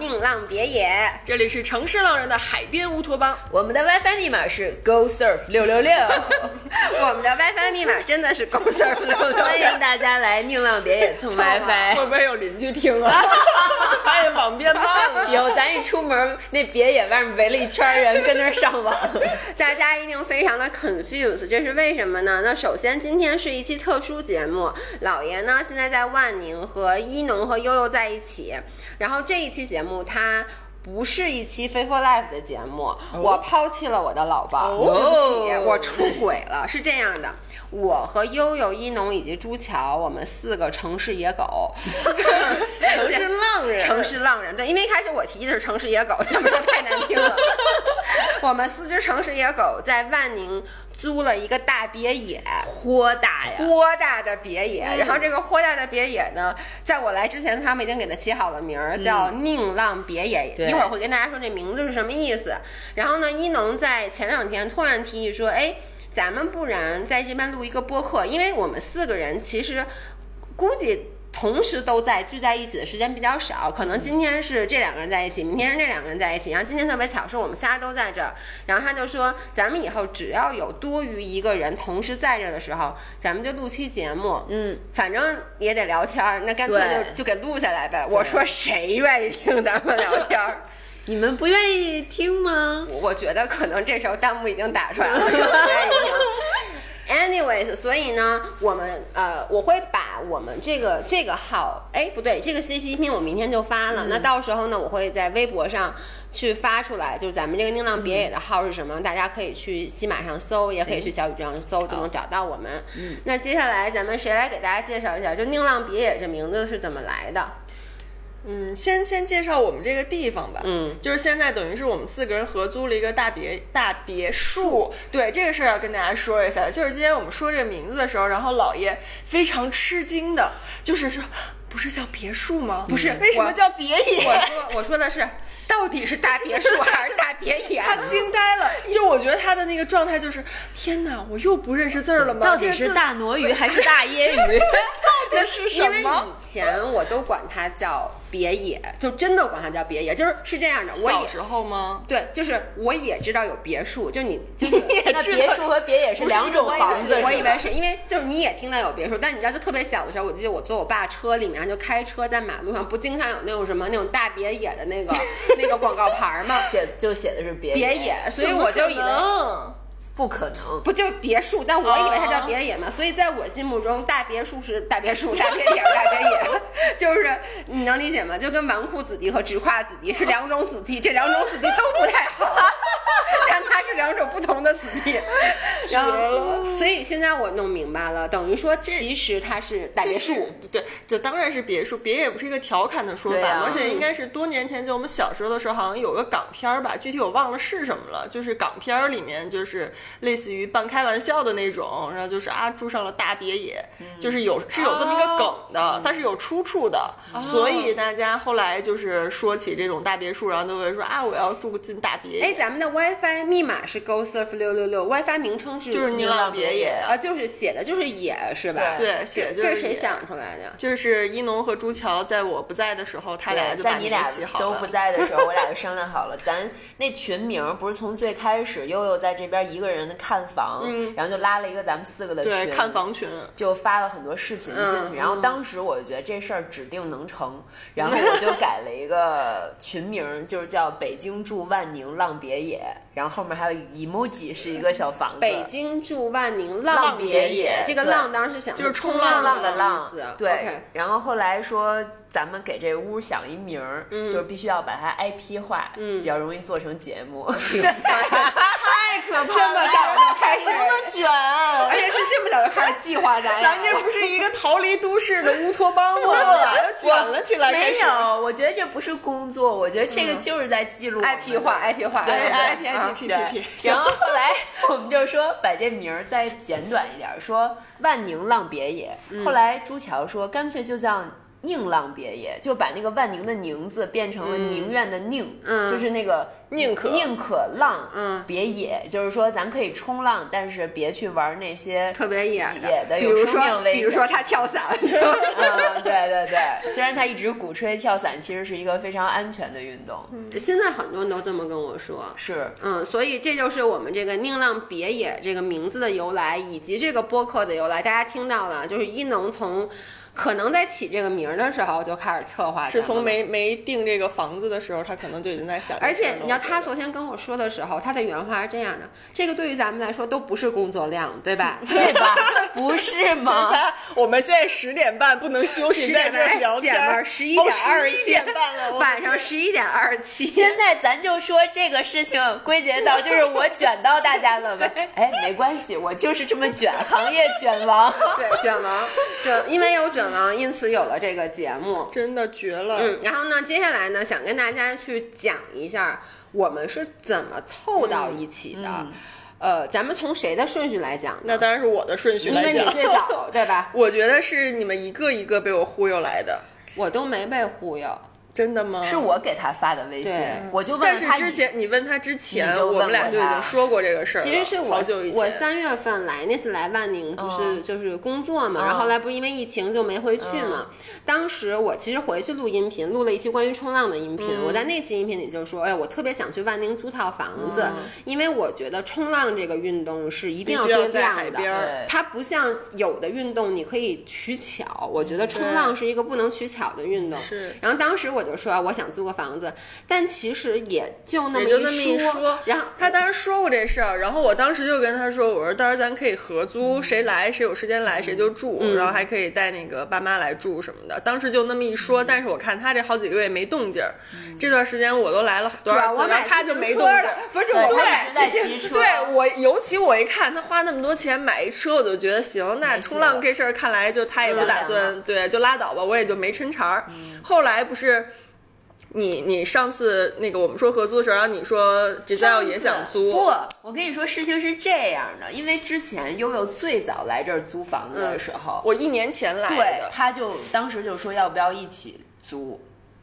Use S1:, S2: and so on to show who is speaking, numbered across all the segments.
S1: 硬浪别野，
S2: 这里是城市浪人的海边乌托邦，
S3: 我们的 WiFi 密码是 Go Surf 六 六六，
S1: 我们的 WiFi 密码真的是 g o s u r
S3: 欢迎大家来宁浪别野蹭 WiFi。
S2: 会不会有邻居听 啊？发现网变慢了。
S3: 有，咱一出门，那别野外面围了一圈人跟那儿 上网。
S1: 大家一定非常的 confused，这是为什么呢？那首先今天是一期特殊节目，老爷呢现在在万宁和一农和悠悠在一起，然后这一期节目他。不是一期《f a i t f u l Life》的节目，我抛弃了我的老伴，
S2: 哦
S1: 对不起，我出轨了。是这样的，我和悠悠、一农以及朱乔，我们四个城市野狗，
S2: 城市浪人，
S1: 城市浪人，对，因为一开始我提的是城市野狗，他们说太难听了。我们四只城市野狗在万宁租了一个大别野，
S3: 豁大呀！
S1: 豁大的别野。然后这个豁大的别野呢，在我来之前，他们已经给它起好了名儿，叫宁浪别野。
S3: 对
S1: 一会儿会跟大家说这名字是什么意思。然后呢，一农在前两天突然提议说，哎，咱们不然在这边录一个播客，因为我们四个人其实估计。同时都在聚在一起的时间比较少，可能今天是这两个人在一起，明天是那两个人在一起，然后今天特别巧是我们仨都在这儿，然后他就说咱们以后只要有多余一个人同时在这儿的时候，咱们就录期节目，
S3: 嗯，
S1: 反正也得聊天儿，那干脆
S3: 对
S1: 就就给录下来呗。我说谁愿意听咱们聊天儿？
S3: 你们不愿意听吗？
S1: 我我觉得可能这时候弹幕已经打出来了，说不愿意听。Anyways，所以呢，我们呃，我会把我们这个这个号，哎，不对，这个信息音频我明天就发了。那到时候呢，我会在微博上去发出来，就是咱们这个宁浪别野的号是什么，大家可以去喜马上搜，也可以去小宇宙上搜，就能找到我们。那接下来咱们谁来给大家介绍一下，就宁浪别野这名字是怎么来的？
S2: 嗯，先先介绍我们这个地方吧。
S1: 嗯，
S2: 就是现在等于是我们四个人合租了一个大别大别墅。对这个事儿要跟大家说一下，就是今天我们说这个名字的时候，然后姥爷非常吃惊的，就是说不是叫别墅吗？不是，为什么叫别
S1: 我
S2: 野？
S1: 说我说的是，到底是大别墅还是大别 野？
S2: 他惊呆了，就我觉得他的那个状态就是，天哪，我又不认识字儿了吗？
S3: 到
S2: 这
S3: 底
S2: 个
S3: 是
S2: 字
S3: 大挪鱼还是大椰 鱼？
S2: 到底是什
S1: 因为
S2: 么？
S1: 以前我都管它叫别野，就真的管它叫别野，就是是这样的，我
S2: 小
S1: 也
S2: 时候吗？
S1: 对，就是我也知道有别墅，就你就是。
S3: 那别墅和别野是两种房子，
S1: 我以为
S3: 是吧？
S1: 是因为就是你也听到有别墅，但你知道，就特别小的时候，我记得我坐我爸车里面，就开车在马路上，不经常有那种什么那种大别野的那个那个广告牌儿吗？
S3: 写就写的是别
S1: 别
S3: 野，
S1: 野，所以我就以
S2: 怎
S1: 为
S2: 么可能
S3: 不可能。
S1: 不就是别墅，但我以为
S2: 哦
S1: 它叫别野嘛，所以在我心目中，大别墅是大别墅，大别野是大别野， 就是你能理解吗？就跟纨绔子弟和直胯子弟是两种子 弟，这两种子弟都不太好， 但它是两种不同的子 弟。然后，所以现在我弄明白了，等于说其实它是大别
S2: 这是
S1: 墅，
S2: 对，这当然是别墅，别也不是一个调侃的说法，
S3: 对啊
S2: 而且应该是多年前，就我们小时候的时候，好像有个港片儿吧，具体我忘了是什么了，就是港片儿里面就是类似于半开玩笑的那种，然后就是啊住上了大别野，就是有是有这么一个梗的，它是有出处的，所以大家后来就是说起这种大别墅，然后都会说啊我要住进大别
S1: 哎，
S2: 野，
S1: 咱们的 WiFi 密码是 Go Surf 六六六，WiFi 名称是
S2: 就是宁浪别野，
S1: 啊，就是写的就是野是吧？
S2: 对，写的就
S1: 这
S2: 是
S1: 是谁
S2: 野
S1: 想出来的？
S2: 就是一农和朱乔，在我不在的时候，他俩
S3: 对，
S2: 哎就把
S3: 哎在你俩
S2: 名字起好
S3: 都
S2: 了
S3: 不在的时候， 我俩就商量好了，咱那群名儿不是从最开始悠悠在这边一个人看房，然后就拉了一个咱们四个的
S2: 嗯对
S3: 群，
S2: 看房群，
S3: 就发了很多视频
S1: 嗯
S3: 进去，然后当时我就觉得这事儿指定能成，然 后我就改了一个群名儿，就是叫“北京住万宁浪别野”，然后后面还有 emoji 是一个小房子，
S1: 北京驻万宁
S3: 浪
S1: 别
S3: 别野
S1: 这个
S3: 对
S1: 浪当时想
S2: 就是
S1: 冲
S2: 冲浪
S1: 浪
S3: 的浪
S1: 意思，
S3: 对。
S1: OK
S3: 然后后来说，咱们给这屋想一名儿，
S1: 嗯
S3: 就是必须要把它 IP 化，比较容易做成节 目。
S1: 太可怕了，这么早就开始，
S2: 这么卷，
S1: 而且是这么早就开始计划咱俩
S2: 哎咱
S1: 了，
S2: 这不是一个逃离都市的乌托邦 吗？我卷了起来，
S3: 没有，我觉得这不是工作，我觉得这个就是在记录我们
S1: IP 嗯化，IP 化，
S3: 对
S1: 哎
S2: 对
S1: IP
S2: 啊
S1: IP P
S3: 对
S1: P P，，
S3: 然后后来我们就说把这名儿再
S1: 嗯
S3: 简短一点儿，说万宁浪别野。后来朱乔说，干脆就叫。宁浪别野，就把那个万宁的宁字变成了宁愿的宁，
S1: 嗯
S3: 就是那个
S2: 宁可
S3: 宁可浪，
S1: 嗯
S3: 别野，就是说咱可以冲浪，但是别去玩那些
S1: 特别野
S3: 野的
S1: 比
S3: 有
S1: 如
S3: 生命
S1: 说
S3: 危
S1: 比如
S3: 险
S1: 说他跳伞，
S3: 嗯，对对对，虽然他一直鼓吹跳伞其实是一个非常安全的运动，
S1: 现在很多人都这么跟我说。
S3: 是
S1: 嗯，所以这就是我们这个“宁浪别野”这个名字的由来，以及这个播客的由来。大家听到了，就是一农从可能在起这个名儿的时候就开始策划，
S2: 是从。没没定这个房子的时候，他可能就已经在想这
S1: 而
S2: 事儿了。
S1: 且你知道，他
S2: 我觉得
S1: 昨天跟我说的时候，他的原话是这样的：这个对于咱们来说都不是工作量，对 吧？
S3: 对吧？不 是吗？
S2: 哎我们现在十点半不能休息，
S1: 十
S2: 在
S1: 点
S2: 这儿聊
S1: 半，姐
S2: 天
S1: 们
S2: 儿，哦
S1: 儿，十一点二十
S2: 十
S1: 七
S2: 点半 了，我，
S1: 晚上十一点二十七，
S3: 现在咱就说这个事情归结到就是我卷到大家了 吧？哎，没关系，我就是这么卷，行业 卷王。
S1: 对卷王，就因为有卷王，因此有了这个节目。
S2: 真的绝了。
S1: 嗯，然后呢，接下来呢，想跟大家去讲一下我们是怎么凑到
S2: 嗯
S1: 一起的。呃，咱们从谁的顺序来讲
S2: 那
S1: 呢？
S2: 当然是我的顺序
S1: 因
S2: 来
S1: 为
S2: 讲
S1: 你，最 早，对吧？
S2: 我觉得是你们一个一个被我忽悠来的，
S1: 我都没被忽悠，
S2: 真的吗？
S3: 是。我给他发的微信
S1: 对，
S3: 我就问
S2: 但
S3: 了
S2: 是
S3: 他
S2: 之前你问他之前
S3: 你，就问
S2: 我们俩
S3: 过
S2: 就已
S3: 他
S2: 经说过这个事儿了，
S1: 其实是我
S2: 好久以前。
S1: 我三月份来那次来万宁，不是
S3: 嗯
S1: 就是工作嘛，
S3: 嗯
S1: 然后后来不是因为疫情就没回去嘛。
S2: 嗯
S1: 当时我其实回去录音频，录了一期关于冲浪的音频。
S2: 嗯
S1: 我在那期音频里就说，哎，我特别想去万宁租套房子，因为我觉得冲浪这个运动是一定
S2: 嗯必
S1: 要
S2: 须要
S1: 多
S2: 在
S1: 量
S2: 海
S1: 的
S2: 边，儿，
S3: 对
S1: 它不像有的运动你可以取巧，我觉得冲
S2: 嗯对
S1: 浪是一个不能取巧的运动。
S2: 是
S1: 然后当时我就说啊我想租个房子，但其实也就那么
S2: 也就那么一
S1: 说
S2: 说。。
S1: 然后
S2: 他当时说过这事儿，然后我当时就跟他说，我说到时候咱可以合
S1: 嗯
S2: 租，谁来谁有时间来谁就住，然后还可以带那个爸妈来住什么的。当时就那么一说，
S1: 嗯
S2: 但是我看他这好几个月没动静儿，这段时间我都来了多
S1: 主要
S2: 少次，
S1: 我
S2: 然
S1: 买
S2: 后他
S1: 自
S2: 就
S1: 行
S2: 没
S1: 车
S2: 动静
S1: 了
S2: 儿，
S1: 不是
S3: 对
S1: 我
S3: 他
S1: 买
S3: 一直在骑车，
S2: 对我，尤其我一看他花那么多钱买一车，我就觉得行，那
S3: 没戏
S2: 冲浪这事儿看来就他也不打
S3: 嗯
S2: 算，对，就拉倒吧，我也就没抻茬儿。
S1: 嗯
S2: 后来不是。你你上次那个我们说合租的时候，然后你说 g i
S3: 上
S2: s
S3: 次
S2: 也想租，
S3: 不，我跟你说，事情是这样的，因为之前悠悠最早来这儿租房子的时
S2: 嗯
S3: 候，
S2: 我一年前来
S3: 对
S2: 的，
S3: 他就当时就说要不要一起租，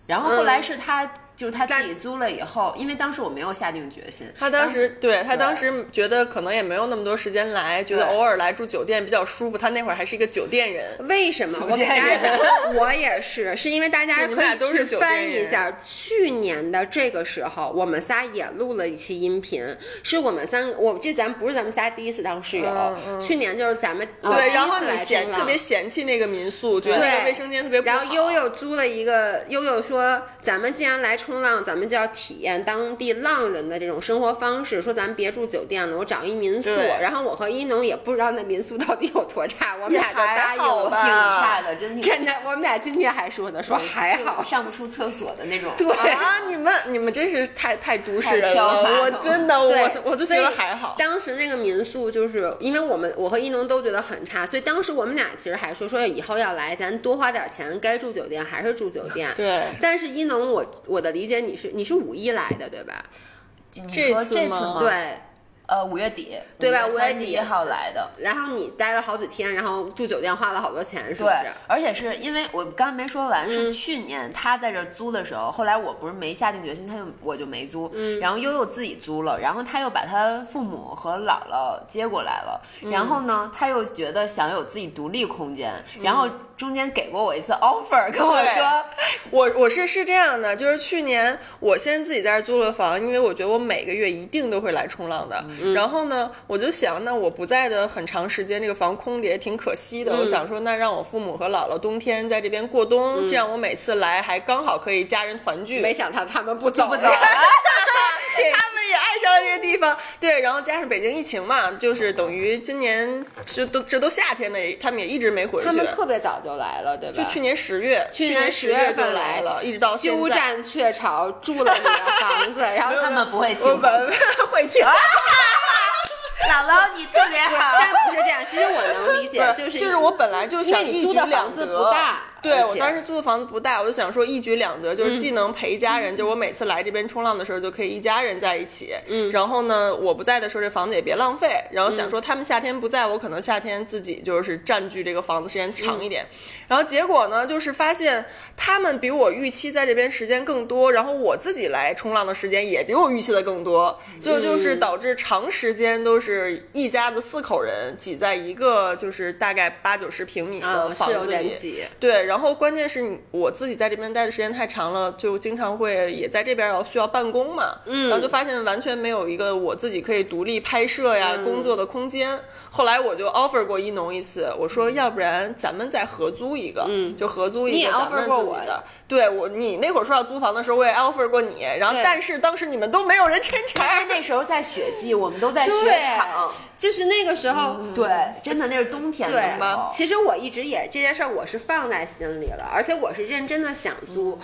S3: 然后后来是他、就是他自己租了以后，因为当时我没有下定决心，
S2: 嗯他当时对他当时觉得可能也没有那么多时间来，觉得
S3: 对
S2: 偶尔来住酒店比较舒服。他那会儿还是一个酒店人，
S1: 为什么？我给大家
S3: 酒店人
S1: 讲， 我也是，是因为大家
S2: 对你
S1: 可
S2: 们俩都
S1: 以
S2: 是
S1: 去
S2: 酒
S1: 翻
S2: 店
S1: 一
S2: 人
S1: 下去年的这个时候，我们仨也录了一期音频，是我们三个，我这咱不是咱们仨第一次当室友，去年就是咱们我第
S2: 嗯对，
S1: 一
S2: 然后
S1: 哦次
S2: 你
S1: 来
S2: 嫌
S1: 冲浪
S2: 特别嫌弃那个民宿，觉得
S1: 对
S2: 那个卫生间特别不好。
S1: 然后悠悠租了一个，悠悠说：“咱们既然来冲浪，咱们就要体验当地浪人的这种生活方式。说咱别住酒店了，我找一民宿。
S2: 对
S1: 然后我和一农也不知道那民宿到底有多差，我们俩就答
S3: 还
S1: 应
S3: 好
S1: 了。
S3: 吧，挺差的，真挺
S1: 真的，我们俩今天还说呢，说还好
S3: 就。上不出厕所的那种。
S1: 对，
S2: 啊，你们你们真是太太都市人
S3: 太挑
S2: 了，
S3: 马
S2: 我
S3: 桶
S2: 真的我
S1: 对
S2: 就我就觉得
S1: 所以
S2: 还好。
S1: 当时那个民宿就是因为我们我和一农都觉得很差，所以当时我们俩其实还说说以后要来，咱多花点钱，该住酒店还是住酒店。
S2: 对，
S1: 但是一农，我我的理解你是你是五一来的对吧？
S3: 你
S2: 这
S3: 说
S2: 次
S3: 这次
S2: 吗
S3: 吗？
S1: 对，
S3: 呃，五月底，
S1: 对吧
S3: 五
S1: 五月
S3: 月
S1: 底
S3: 三十一号来的。
S1: 然后你待了好几天，然后住酒店花了好多钱，是不
S3: 对
S1: 是？，嗯
S3: 而且是因为我刚才没说完，是去年他在这儿租的时候，后来我不是没下定决心，他就我就没租，
S1: 嗯
S3: 然后悠悠自己租了，然后他又把他父母和姥姥接过来了，
S1: 嗯
S3: 然后呢，他又觉得想有自己独立空间，
S1: 嗯
S3: 然后中间给过我一次 offer，跟我说，
S2: 我我是是这样的，就是去年我先自己在这儿租了房，因为我觉得我每个月一定都会来冲浪的。
S1: 嗯
S2: 然后呢，我就想，那我不在的很长时间，这个房空着也挺可惜的。
S1: 嗯
S2: 我想说，那让我父母和姥姥冬天在这边过冬，这样我每次来还刚好可以家人团聚。
S1: 嗯
S2: 哎
S1: 没想到他们不走，
S3: 不走了
S2: 他们也爱上了这个地方，对，然后加上北京疫情嘛，就是等于今年这都这都夏天了，他们也一直没回去。
S1: 他们特别早就来了，对吧？
S2: 就去年十月，
S1: 去
S2: 年
S1: 十
S2: 月
S1: 份
S2: 就来了，一直到现
S1: 鸠
S2: 在。
S1: 占鹊巢，住了你的 房子，然后
S3: 他
S1: 他们
S3: 们不会听
S2: 我，们 会听，
S3: 姥姥你特别好，
S1: 但不是这样，其实我能理解，
S2: 不
S1: 就是
S2: 就是我本来就
S1: 因
S2: 想
S1: 为你
S2: 一
S1: 租
S2: 举
S1: 的
S2: 两
S1: 房子不
S2: 得。
S1: 大，
S2: 对
S1: 而
S2: 我
S1: 且嗯
S2: 当时租的房子不大，我就想说一举两得，就是既能陪家人，就我每次来这边冲浪的时候就可以一家人在一起。嗯，然后呢，我不在的时候这房子也别浪费。然后
S1: 嗯
S2: 想说他们夏天不在，我可能夏天自己就是占据这个房子时间
S1: 嗯
S2: 长一点。然后结果呢，就是发现他们比我预期在这边时间更多，然后我自己来冲浪的时间也比我预期的更多，就
S1: 嗯
S2: 就是导致长时间都是一家子四口人挤在一个就是大概八九十平米的
S1: 嗯，
S2: 房
S1: 是有
S2: 子里。
S1: 点挤，
S2: 对，然后关键是你我自己在这边待的时间太长了，就经常会也在这边，然后需要办公嘛，嗯，然后就发现完全没有一个我自己可以独立拍摄呀、
S1: 嗯
S2: 工作的空间。后来我就 offer 过一农一次，我说要不然咱们再合租一个，嗯，就合租
S1: 你
S2: 一
S1: 也
S2: 个
S1: offer
S2: 咱们
S1: 过
S2: 自己
S1: 我
S2: 的。对我，你那会儿说要租房的时候，我也 offer 过你，然后
S1: 对
S2: 但是当时你们都没有人 抻茬儿
S3: 因为。那时候在雪季，我们都在雪
S1: 对
S3: 场，
S1: 就是那个时候，
S2: 嗯
S3: 对，真的那是冬天的
S1: 对
S3: 时候，
S1: 其实我一直也这件事儿，我是放在心里了，而且我是认真的想租。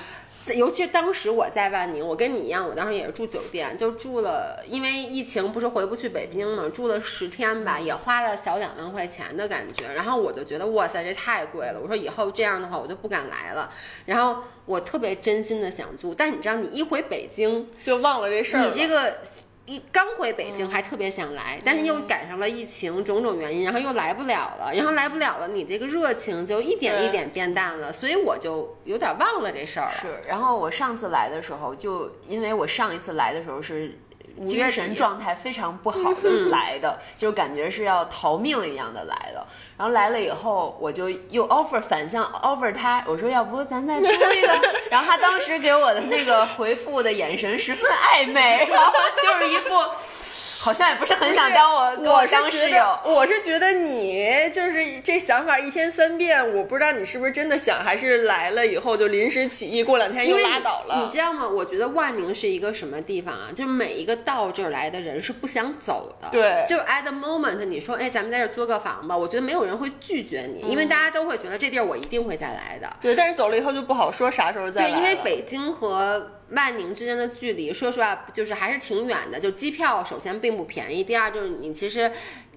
S1: 尤其是当时我在万宁，我跟你一样，我当时也是住酒店，就住了，因为疫情不是回不去北京嘛，住了十天吧，也花了小两万块钱的感觉。然后我就觉得哇塞，这太贵了，我说以后这样的话我就不敢来了。然后我特别真心的想租，但你知道，你一回北京，
S2: 就忘了这事儿了。嗯
S1: 你这个一刚回北京还特别想来，但是又赶上了疫情种种原因，然后又来不了了，然后来不了了，你这个热情就一点
S2: 对
S1: 一点变淡了，所以我就有点忘了这事儿了。
S3: 是，然后我上次来的时候，就因为我上一次来的时候是精
S1: 月
S3: 神
S1: 底
S3: 状态非常不好的来 的，就感觉是要逃命一样的来的。然后来了以后，我就又 offer 反向 offer 他，我说要不咱再租一 个。然后他当时给我的那个回复的眼神十分 暧昧，然后就是一副好像也不是很想当我跟
S2: 我是
S3: 当
S2: 觉
S3: 室友
S2: 得，。我是觉得你就是这想法一天三变，我不知道你是不是真的想，还是来了以后就临时起意，过两天
S1: 因
S2: 又
S1: 为
S2: 拉倒
S1: 你，
S2: 了
S1: 你。知道吗？我觉得万宁是一个什么地方啊？就是每一个到这儿来的人是不想走的。
S2: 对
S1: 就是 at the moment，你说，哎，咱们在这儿租个房吧，我觉得没有人会拒绝你，因为
S2: 嗯
S1: 大家都会觉得这地儿我一定会再来的。
S2: 对，但是走了以后就不好说啥时候再来
S1: 对，因为
S2: 了
S1: 北京和万宁之间的距离，说实话就是还是挺远的。就机票首先并不便宜，第二就是你其实。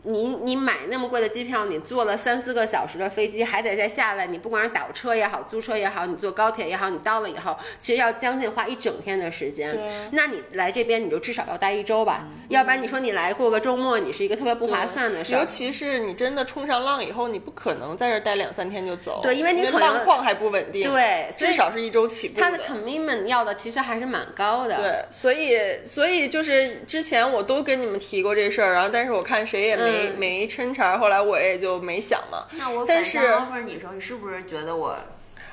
S1: 你你买那么贵的机票，你坐了三四个小时的飞机，还得再下来。你不管是倒车也好，租车也好，你坐高铁也好，你到了以后，其实要将近花一整天的时间
S2: 对。嗯
S1: 那你来这边，你就至少要待一周吧，要不然你说你来过个周末，你是一个特别不划算的事
S2: 尤
S1: 儿。
S2: 其是你真的冲上浪以后，你不可能在这儿待两三天就走，
S1: 对因为你可能
S2: 浪况还不稳定，
S1: 对所以
S2: 至少是一周起步
S1: 他的 commitment 要的其实还是蛮高的。
S2: 对，所以所以就是之前我都跟你们提过这事儿，然后但是我看谁也没、
S1: 嗯
S2: 没抻茬儿，后来我也就没想嘛。
S3: 那我
S2: 但
S3: 反
S2: 是
S3: 向 offer 你说，你是不是觉得我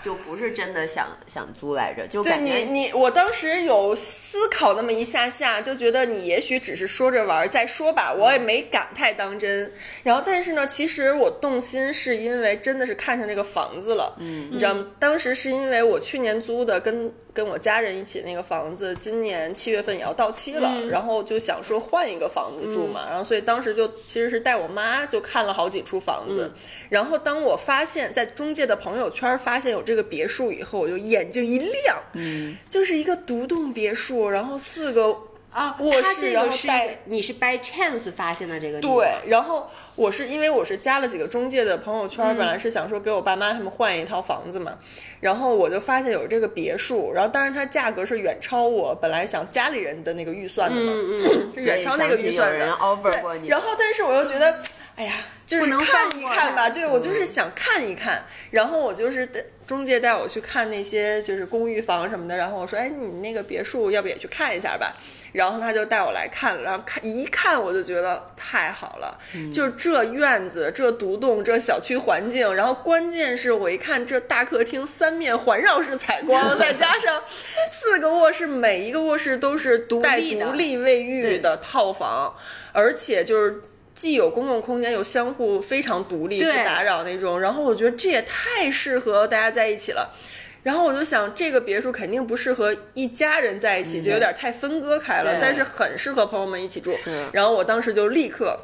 S3: 就不是真的想想租来着？就
S2: 对
S3: 感
S2: 你，
S3: 觉
S2: 你我当时有思考那么一下下，就觉得你也许只是说着玩儿再说吧，我也
S3: 嗯
S2: 没敢太当真。然后，但是呢，其实我动心是因为真的是看上这个房子了，嗯，你知道吗？当时是因为我去年租的跟跟我家人一起那个房子，今年七月份也要到期了，
S3: 嗯
S2: 然后就想说换一个房子住嘛，然后所以当时就其实是带我妈就看了好几处房子，
S3: 嗯
S2: 然后当我发现在中介的朋友圈发现有这个别墅以后，我就眼睛一亮，嗯，就是一个独栋别墅，然后四个
S1: 啊，
S2: 卧
S1: 他
S2: 室
S1: 这
S2: 然
S1: 个
S2: 后
S1: 是
S2: 带
S1: 一个你是 by chance 发现的这个地方，
S2: 对，然后我是因为我是加了几个中介的朋友圈，本来是想说给我爸妈他们换一套房子嘛，然后我就发现有这个别墅，然后当然它价格是远超我本来想家里人的那个预算的嘛，是
S3: 所
S2: 远
S3: 以
S2: 超那
S3: 想
S2: 个
S3: 起
S2: 预
S3: 有
S2: 算的
S3: 人。
S2: 对
S3: offer 过你，
S2: 然后但是我又觉得，哎呀，就是
S1: 不能
S2: 看
S1: 放
S2: 一
S1: 过嗯
S2: 看
S1: 它
S2: 吧，对我就是想看一看。然后我就是带中介带我去看那些就是公寓房什么的，然后我说，哎，你那个别墅要不也去看一下吧？然后他就带我来看了，然后看一看我就觉得太好了，
S1: 嗯
S2: 就这院子、这独栋、这小区环境，然后关键是我一看这大客厅三面环绕式采 光，再加上四个卧室，每一个卧室都是独带
S1: 立的
S2: 独立卫浴的套房，而且就是。既有公共空间，又相互非常独立，不
S1: 对
S2: 打扰那种。然后我觉得这也太适合大家在一起了。然后我就想，这个别墅肯定不适合一家人在一起，就有点太分割开
S1: 嗯
S2: 了
S1: 对。
S2: 但是很适合朋友们一起住。然后我当时就立刻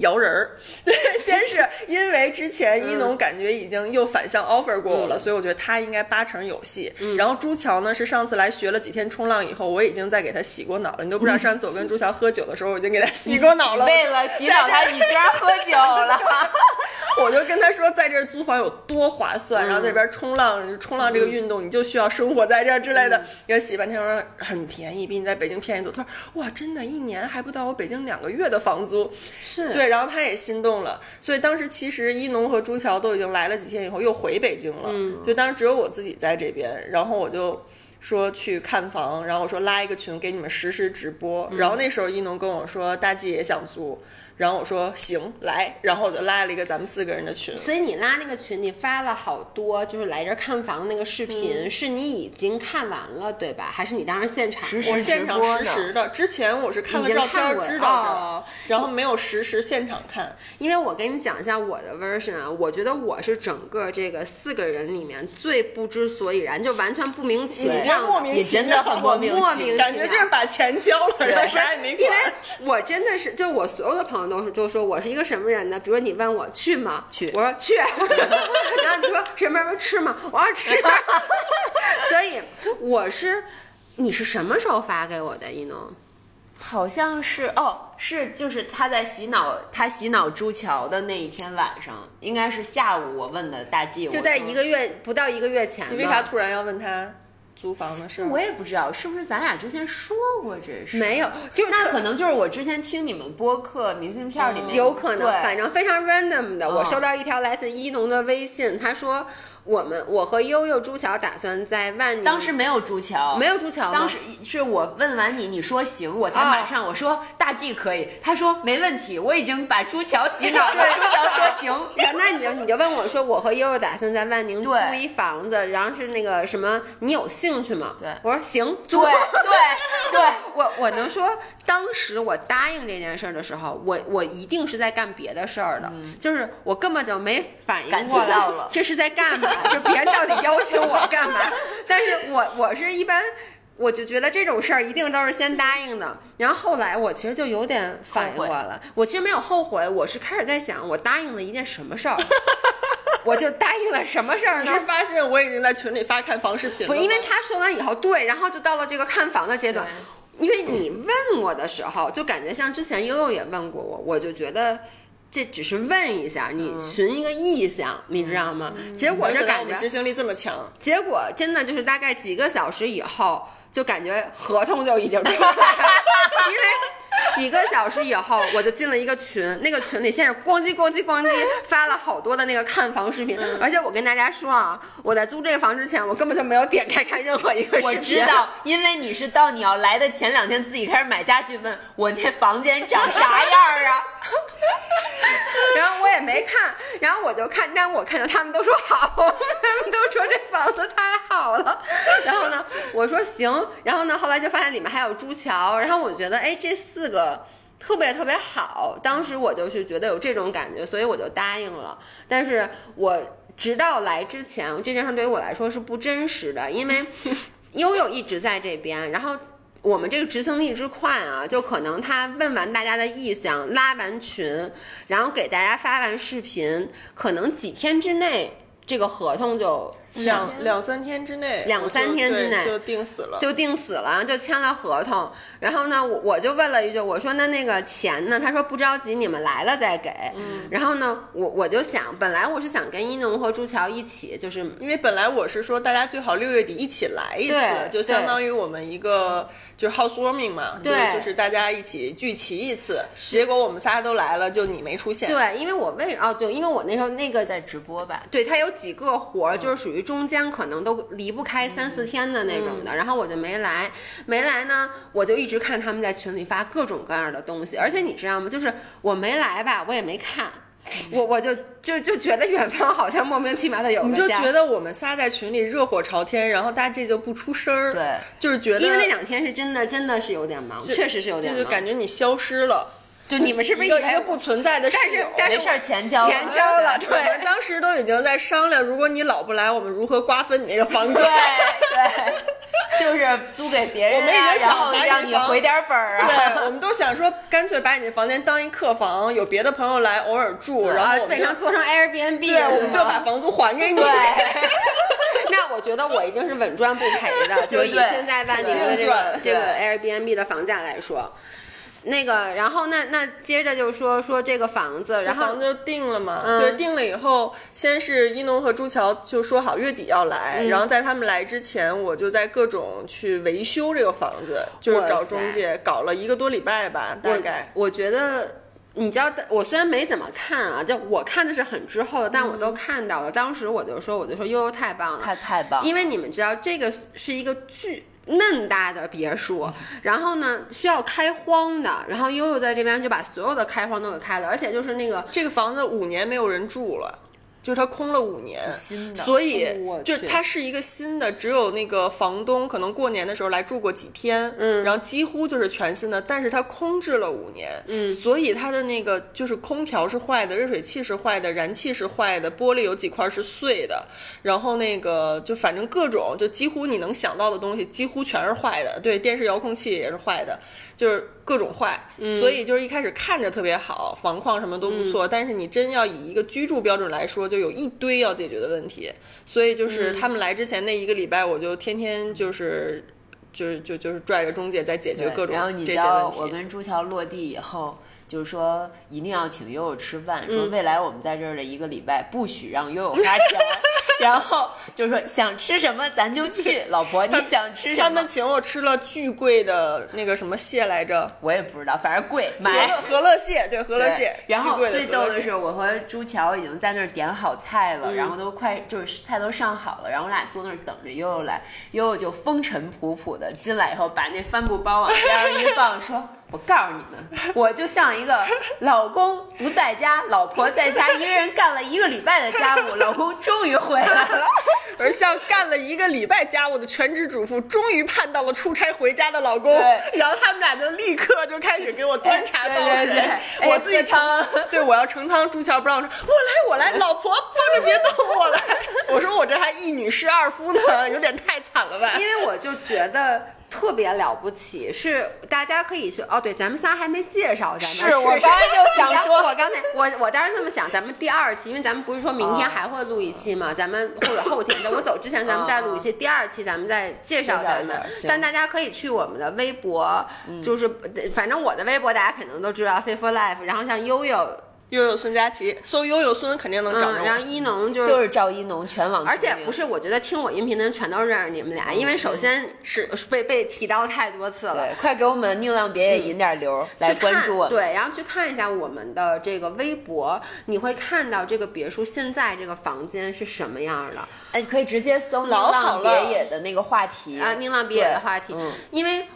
S2: 摇人儿，对，先是因为之前一农感觉已经又反向 offer 过我了，所以我觉得他应该八成有戏。然后朱桥呢是上次来学了几天冲浪以后，我已经在给他洗过脑了，你都不知道上次我跟朱桥喝酒的时候，我已经给他洗过脑了。
S3: 为了洗脑他，你居然喝酒了。
S2: 我就跟他说，在这儿租房有多划算，然后在这边冲浪，冲浪这个运动你就需要生活在这儿之类的。给他洗半天，说很便宜，比你在北京便宜多。他说哇，真的，一年还不到我北京两个月的房租。
S1: 是
S2: 对，然后他也心动了，所以当时其实一农和朱桥都已经来了几天以后又回北京了，
S1: 嗯
S2: 就当时只有我自己在这边，然后我就说去看房，然后我说拉一个群给你们实时直播，
S1: 嗯
S2: 然后那时候一农跟我说大 G 也想租，然后我说行来，然后我就拉了一个咱们四个人的群，
S1: 所以你拉那个群，你发了好多就是来这儿看房的那个视频，是你已经看完了对吧？还是你当时现场？
S3: 实时
S2: 我现场
S3: 直播
S2: 实
S3: 呢
S2: 时的，之前我是看了
S1: 已经
S2: 照片
S1: 看
S2: 儿
S1: 过了
S2: 知道这儿，
S1: 哦
S2: 然后没有实时现场看，
S1: 因为我跟你讲一下我的 version 啊，我觉得我是整个这个四个人里面最不知所以然，就完全不明其
S2: 你这
S1: 妙
S2: 莫
S1: 的。
S2: 名
S3: 也
S2: 其
S3: 真的
S2: 妙
S3: 很
S1: 我
S3: 莫名
S1: 莫
S3: 其
S1: 名
S3: 妙
S2: 感觉就是把钱交了，然后啥也没
S1: 啊因
S2: 管
S1: 为。我真的是，就我所有的朋友都是都说我是一个什么人呢？比如你问我去吗？
S3: 去
S1: 我说去。 然后你说什么时候吃吗？我要 吃。所以我是，你是什么时候发给我的？一农？
S3: 好像是哦，是就是他在洗脑，他洗脑朱桥的那一天晚上，应该是下午我问的大 G，
S1: 就
S3: 我
S1: 在
S3: 说
S1: 一个月不到一个月前吧。
S2: 你为啥突然要问他租房的事儿？
S3: 我也不知道是不是咱俩之前说过这事，
S1: 没有，就是
S3: 那
S1: 特
S3: 可能就是我之前听你们播客明信片里面、
S1: 有可能，
S3: 对
S1: 反正非常 random 的。我
S3: 嗯
S1: 收到一条来自一农的微信，他说我们我和悠悠、朱桥打算在万宁，
S3: 当时没有朱桥，
S1: 嗯没有朱桥吗，
S3: 当时是我问完你，你说行，我才
S1: 啊
S3: 马上我说大 G 可以，他说没问题，我已经把朱桥洗脑 了
S1: 对，
S3: 朱桥说 行。
S1: 然后那你就你就问我说，我和悠悠打算在万宁租
S3: 对
S1: 一房子，然后是那个什么，你有兴趣吗？
S3: 对
S1: 我说行，租
S3: 对。对对，
S1: 我我能说，当时我答应这件事儿的时候，我我一定是在干别的事儿的，就是我根本就没反应
S3: 嗯感
S1: 过
S3: 觉
S1: 来
S3: 到了
S1: 这是在干嘛，就别人到底要求我干嘛？但是我我是一般。我就觉得这种事儿一定都是先答应的，然后后来我其实就有点反应
S3: 后悔
S1: 过来了，我其实没有后悔，我是开始在想我答应了一件什么事 儿，我就答应了什么事儿
S2: 你
S1: 呢？
S2: 是发现我已经在群里发看房视频了
S1: 不
S2: 吗？
S1: 是因为他说完以后，对，然后就到了这个看房的阶段。因为你问我的时候，就感觉像之前悠悠也问过我，我就觉得这只是问一下，你寻一个意向，你知道吗？结果
S2: 没
S1: 是
S2: 想到我
S1: 感
S2: 们
S1: 觉
S2: 执，行力这么强，
S1: 结果真的就是大概几个小时以后，就感觉合同就已经 出来了，因为。几个小时以后，我就进了一个群，那个群里先是咣叽咣叽咣叽发了好多的那个看房视频，
S3: 嗯
S1: 而且我跟大家说啊，我在租这个房之前，我根本就没有点开看任何一个视频。
S3: 我知道，因为你是到你要来的前两天自己开始买家具，问我那房间长啥样儿啊？
S1: 然后我也没看，然后我就看，但我看到他们都说好， 他们都说这房子太好了。然后呢，我说行，然后呢，后来就发现里面还有朱桥，然后我觉得哎，这四个特别特别好，当时我就是觉得有这种感觉，所以我就答应了。但是我直到来之前，这件事对于我来说是不真实的，因为 悠悠一直在这边，然后。我们这个执行力之快啊，就可能他问完大家的意向，拉完群，然后给大家发完视频，可能几天之内这个合同就
S2: 两两三天之内，
S1: 两
S2: 我就
S1: 三天之内
S2: 对就定死了。
S1: 就定死了，然后就签了合同。然后呢，我我就问了一句，我说那那个钱呢？他说不着急，你们来了再给。然后呢，我我就想，本来我是想跟一农和朱桥一起，就是
S2: 因为本来我是说大家最好六月底一起来一次
S1: 对，
S2: 就相当于我们一个就是 housewarming 嘛，
S1: 对
S2: 就是就是大家一起聚齐一次。结果我们仨都来了，就你没出现。
S1: 对，因为我为哦对，因为我那时候那个
S3: 在直播吧，
S1: 对他有几个活
S2: 嗯
S1: 儿，就是属于中间可能都离不开三四天的那种的，
S2: 嗯
S1: 然后我就没来，没来呢，我就一直看他们在群里发各种各样的东西，而且你知道吗？就是我没来吧，我也没看，
S2: 嗯
S1: 我我就就就觉得远方好像莫名其妙的有个
S2: 你就
S1: 家
S2: 觉得我们仨在群里热火朝天，然后大家这就不出声儿，
S3: 对，
S2: 就是觉得
S1: 因为那两天是真的，真的是有点忙，确实是有点
S2: 这就
S1: 忙。
S2: 感觉你消失了，
S1: 就你们是不是
S2: 一
S1: 以为
S2: 个一个不存在的室
S1: 但是
S2: 友？
S1: 但是
S3: 没事儿，钱交了，
S1: 钱交了
S2: 我们当时都已经在商量，如果你老不来，我们如何瓜分你那个 房子
S3: 对？对，就是租给别人、
S2: 我们也
S3: 啊，
S2: 是
S3: 然
S2: 想
S3: 后
S2: 把你
S3: 让你
S2: 房
S3: 回点儿本儿啊。
S2: 对，我们都想说，干脆把你的房间当一客房，有别的朋友来偶尔住，然
S1: 啊
S2: 后我，们
S1: 被
S2: 就
S1: 成做成 Airbnb，
S2: 对，我们
S1: 是
S2: 就
S1: 吗
S2: 把房租还给你。
S3: 对，
S1: 那我觉得我一定是稳赚不赔的，就以
S3: 对
S1: 现在万宁的这
S2: 对
S1: 个这
S2: 对
S1: 个 Airbnb 的房价来说。那个，然后那那接着就说说这个房子，然后
S2: 房子就定了嘛，
S1: 嗯
S2: 对，定了以后，先是一农和朱桥就说好月底要来，
S1: 嗯
S2: 然后在他们来之前，我就在各种去维修这个房子，就是找中介，搞了一个多礼拜吧，大概。
S1: 我我觉得。你知道，我虽然没怎么看啊，就我看的是很之后的，但我都看到了。当时我就说，我就说悠悠太棒了，
S3: 嗯太太棒了，
S1: 因为你们知道这个是一个巨嫩大的别
S3: 嗯
S1: 墅， 然后呢需要开荒的，然后悠悠在这边就把所有的开荒都给开了，而且就是那个
S2: 这个房子五年没有人住了。就是它空了五年，
S3: 新的
S2: 所以
S1: 我去
S2: 就是它是一个新的，只有那个房东可能过年的时候来住过几天，
S1: 嗯
S2: 然后几乎就是全新的，但是它空置了五年，嗯，所以它的那个就是空调是坏的，热水器是坏的，燃气是坏的，玻璃有几块是碎的，然后那个就反正各种就几乎你能想到的东西几乎全是坏的，对，电视遥控器也是坏的，就是各种坏，
S3: 嗯
S2: 所以就是一开始看着特别好，房况什么都不错，但是你真要以一个居住标准来说，就有一堆要解决的问题。所以
S3: 嗯
S2: 就是他们来之前那一个礼拜，我就天天就是就是就就是拽着中介在解决
S3: 对，
S2: 各种
S3: 然后你
S2: 这
S3: 知
S2: 些
S3: 道
S2: 问
S3: 我
S2: 题。
S3: 跟朱桥落地以后，就是说一定要请悠悠吃饭，
S2: 嗯
S3: 说未来我们在这儿的一个礼拜不许让悠悠花 钱，然后就说想吃什么咱就去，老婆你想吃什
S2: 他
S3: 么
S2: 们？请我吃了巨贵的那个什么蟹来着，
S3: 我也不知道，反正贵，
S2: 和
S3: 买
S2: 乐。和乐蟹，对和乐蟹
S3: 对，然后
S2: 巨贵
S3: 最逗
S2: 和乐
S3: 的
S2: 蟹
S3: 是，我和朱桥已经在那儿点好菜了，然后都快就是菜都上好了，然后我俩坐那儿等着悠悠来，悠悠就风尘仆仆的进来以后，把那帆布包往边上一放，说：“我告诉你们，我就像一个老公不在家，老婆在家，一个人干了一个礼拜的家务，老公终于回来了。”
S2: 而像干了一个礼拜家务的全职主妇，终于盼到了出差回家的老公，
S3: 对
S2: 然后他们俩就立刻就开始给我端茶倒
S3: 哎对
S2: 水，
S3: 对对
S2: 我
S3: 哎
S2: 自己
S3: 喝 汤
S2: 盛对我要盛汤，朱桥不让我盛，我来我来，老婆放着别动我来， 我说我这还一女侍二夫呢，有点太惨了吧。
S1: 因为我就觉得特别了不起，是大家可以去哦，对，咱们仨还没介绍咱们。
S3: 是我刚才就想说
S1: 我刚才我我当时这么想，咱们第二期，因为咱们不是说明
S3: 哦
S1: 天还会录一期嘛，咱们或者后天，在我走之前咱们再录一期，第二期咱们再介绍咱
S3: 哦介
S1: 们
S3: 绍一下。行嗯
S1: 但大家可以去我们的微博，就是反正我的微博大家肯定都知道 “fit for life”，然后像悠悠，
S2: 悠悠孙佳琪，搜悠悠孙肯定能找着
S1: 嗯，然后
S2: 我。
S1: 一农就是
S3: 就是赵一农全网，
S1: 而且不。是，我觉得听我音频的人全都认识你们俩，因为首先
S2: 是
S1: 被被提到太多次了
S3: 嗯对。，快给我们宁浪别野引点流、来
S1: 去看
S3: 关注我们。
S1: 对，然后去看一下我们的这个微博，你会看到这个别墅现在这个房间是什么样的
S3: 哎，可以直接搜“
S2: 老
S3: 老
S2: 好
S3: 好
S2: 了
S3: 别野”的那个话题
S1: 啊？宁浪毕业的
S3: 嗯对
S1: 话题，
S3: 嗯
S1: 因为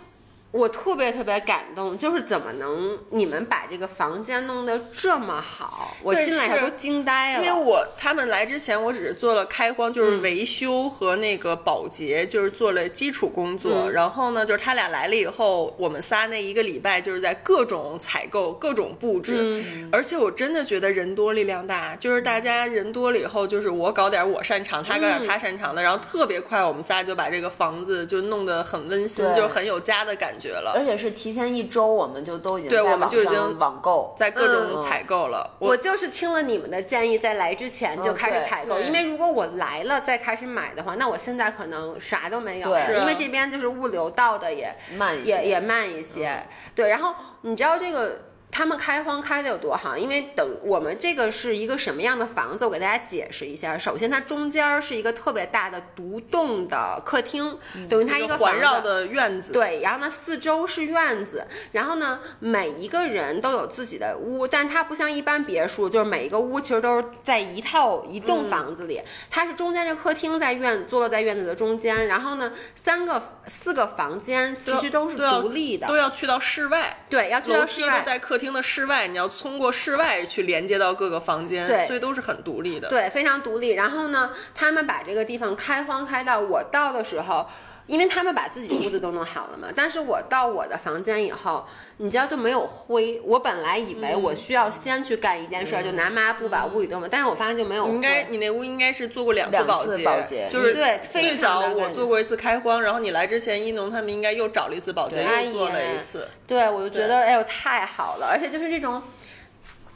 S1: 我特别特别感动，就是怎么能你们把这个房间弄得这么好，我
S2: 对
S1: 进来以后
S2: 是
S1: 都惊呆了。
S2: 因为我他们来之前，我只是做了开荒，就是
S1: 嗯
S2: 维修和那个保洁，就是做了基础工作。
S1: 嗯
S2: 然后呢，就是他俩来了以后，我们仨那一个礼拜就是在各种采购、各种布置。
S1: 嗯
S2: 而且我真的觉得人多力量大，就是大家人多了以后，就是我搞点我擅长，他搞
S1: 嗯
S2: 点他擅长的，然后特别快，我们仨就把这个房子就弄得很温馨，
S3: 对
S2: 就是很有家的感觉了
S1: 嗯
S3: 而。且是提前一周，我们就都已经
S2: 对
S3: 在
S2: 我们就已
S3: 网上
S2: 经
S3: 网购。
S2: 在各种
S3: 嗯
S2: 采购了，
S1: 我就是听了你们的建议，在来之
S3: 嗯
S1: 前就开始采购，
S2: 对对
S1: 因为如果我来了再开始买的话，那我现在可能啥都没有，
S3: 对是
S2: 啊
S1: 因为这边就是物流到的也
S3: 慢一些
S1: 也也慢一些。
S2: 嗯
S1: 对，然后你知道这个。他们开荒开的有多好？因为等我们这个是一个什么样的房子，我给大家解释一下。首先，它中间儿是一个特别大的独栋的客厅，等于它
S2: 嗯一
S1: 一
S2: 个
S1: 个
S2: 环
S1: 房
S2: 绕
S1: 子
S2: 的院子，
S1: 对，然后呢，四周是院子，然后呢，每一个人都有自己的屋，但它不像一般别墅，就是每一个屋其实都是在一套一栋
S2: 嗯
S1: 房子里，它是中间这客厅在院坐落在院子的中间，然后呢，三个四个房间其实都是
S2: 要
S1: 独立的，
S2: 都要去到室外。
S1: 对，要去
S2: 楼
S1: 到
S2: 梯
S1: 室
S2: 是
S1: 外。
S2: 在客厅的室外，你要通过室外去连接到各个房间，
S1: 对
S2: 所以都是很独立的。
S1: 对，非常独立。然后呢，他们把这个地方开荒开到我到的时候，因为他们把自己屋子都弄好了嘛，但是我到我的房间以后，你知道就没有灰。我本来以为
S2: 嗯
S1: 我需要先去干一件事儿，就拿抹布把屋里弄嘛，但是我发现就没有
S2: 你
S1: 灰。
S2: 应该，你那屋应该是做过两次
S3: 两
S2: 保
S3: 次
S2: 洁，
S3: 保洁
S2: 就是
S1: 嗯对非
S2: 最
S1: 常
S2: 早
S1: 的
S2: 我
S1: 干
S2: 做过一次开荒，然后你来之前，一农他们应该又找了一次保洁，
S1: 对
S2: 又做了一次。
S1: 对我就觉得哎呦太好了，而且就是这种。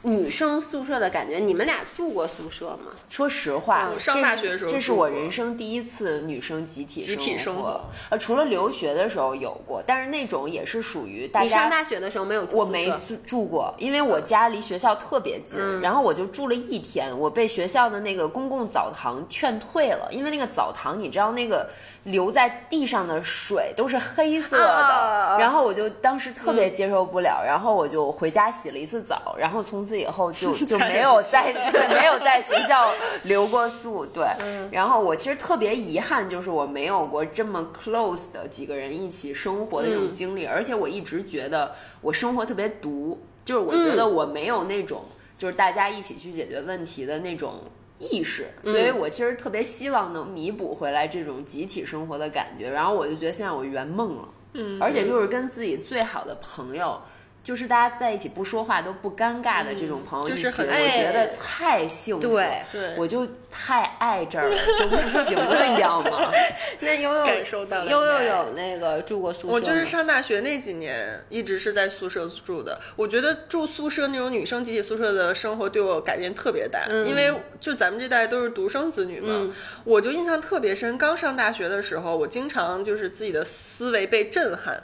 S1: 女生宿舍的感觉。你们俩住过宿舍吗？
S3: 说实话，
S1: 嗯
S3: 这
S2: 上大
S3: 是
S2: 学的时候
S3: 这是
S2: 住
S3: 我
S2: 过
S3: 人生第一次女生集体
S2: 集体生
S3: 活
S2: 活，
S3: 呃，除了留学的时候有过，但是那种也是属于大
S1: 你上
S3: 家。
S1: 大学的时候没有住宿舍？
S3: 我没住住过，因为我家离学校特别近，
S1: 嗯
S3: 然后我就住了一天。我被学校的那个公共澡堂劝退了，因为那个澡堂你知道那个留在地上的水都是黑色的，
S1: 啊嗯
S3: 然后我就当时特别接受不了，然后我就回家洗了一次澡，然后从此以后 就就没有在没有在学校留过宿。对，然后我其实特别遗憾，就是我没有过这么 close 的几个人一起生活的那种经历，而且我一直觉得我生活特别独，就是我觉得我没有那种就是大家一起去解决问题的那种。意识，所以我其实特别希望能弥补回来这种集体生活的感觉，然后我就觉得现在我圆梦了。而且就是跟自己最好的朋友，就是大家在一起不说话都不尴尬的这种朋友一
S2: 嗯就
S3: 起，
S2: 是很
S3: 我觉
S1: 哎
S3: 得太幸福了
S1: 对。
S2: 对
S3: 我就太爱这儿了，就不行了，你知道 吗？
S1: 那悠悠
S2: 感受到了
S1: 悠悠有那个住过宿舍吗，
S2: 我就是上大学那几年一直是在宿舍住的。我觉得住宿舍那种女生集体宿舍的生活对我改变特别大，因为就咱们这代都是独生子女嘛，我就印象特别深。刚上大学的时候，我经常就是自己的思维被震撼，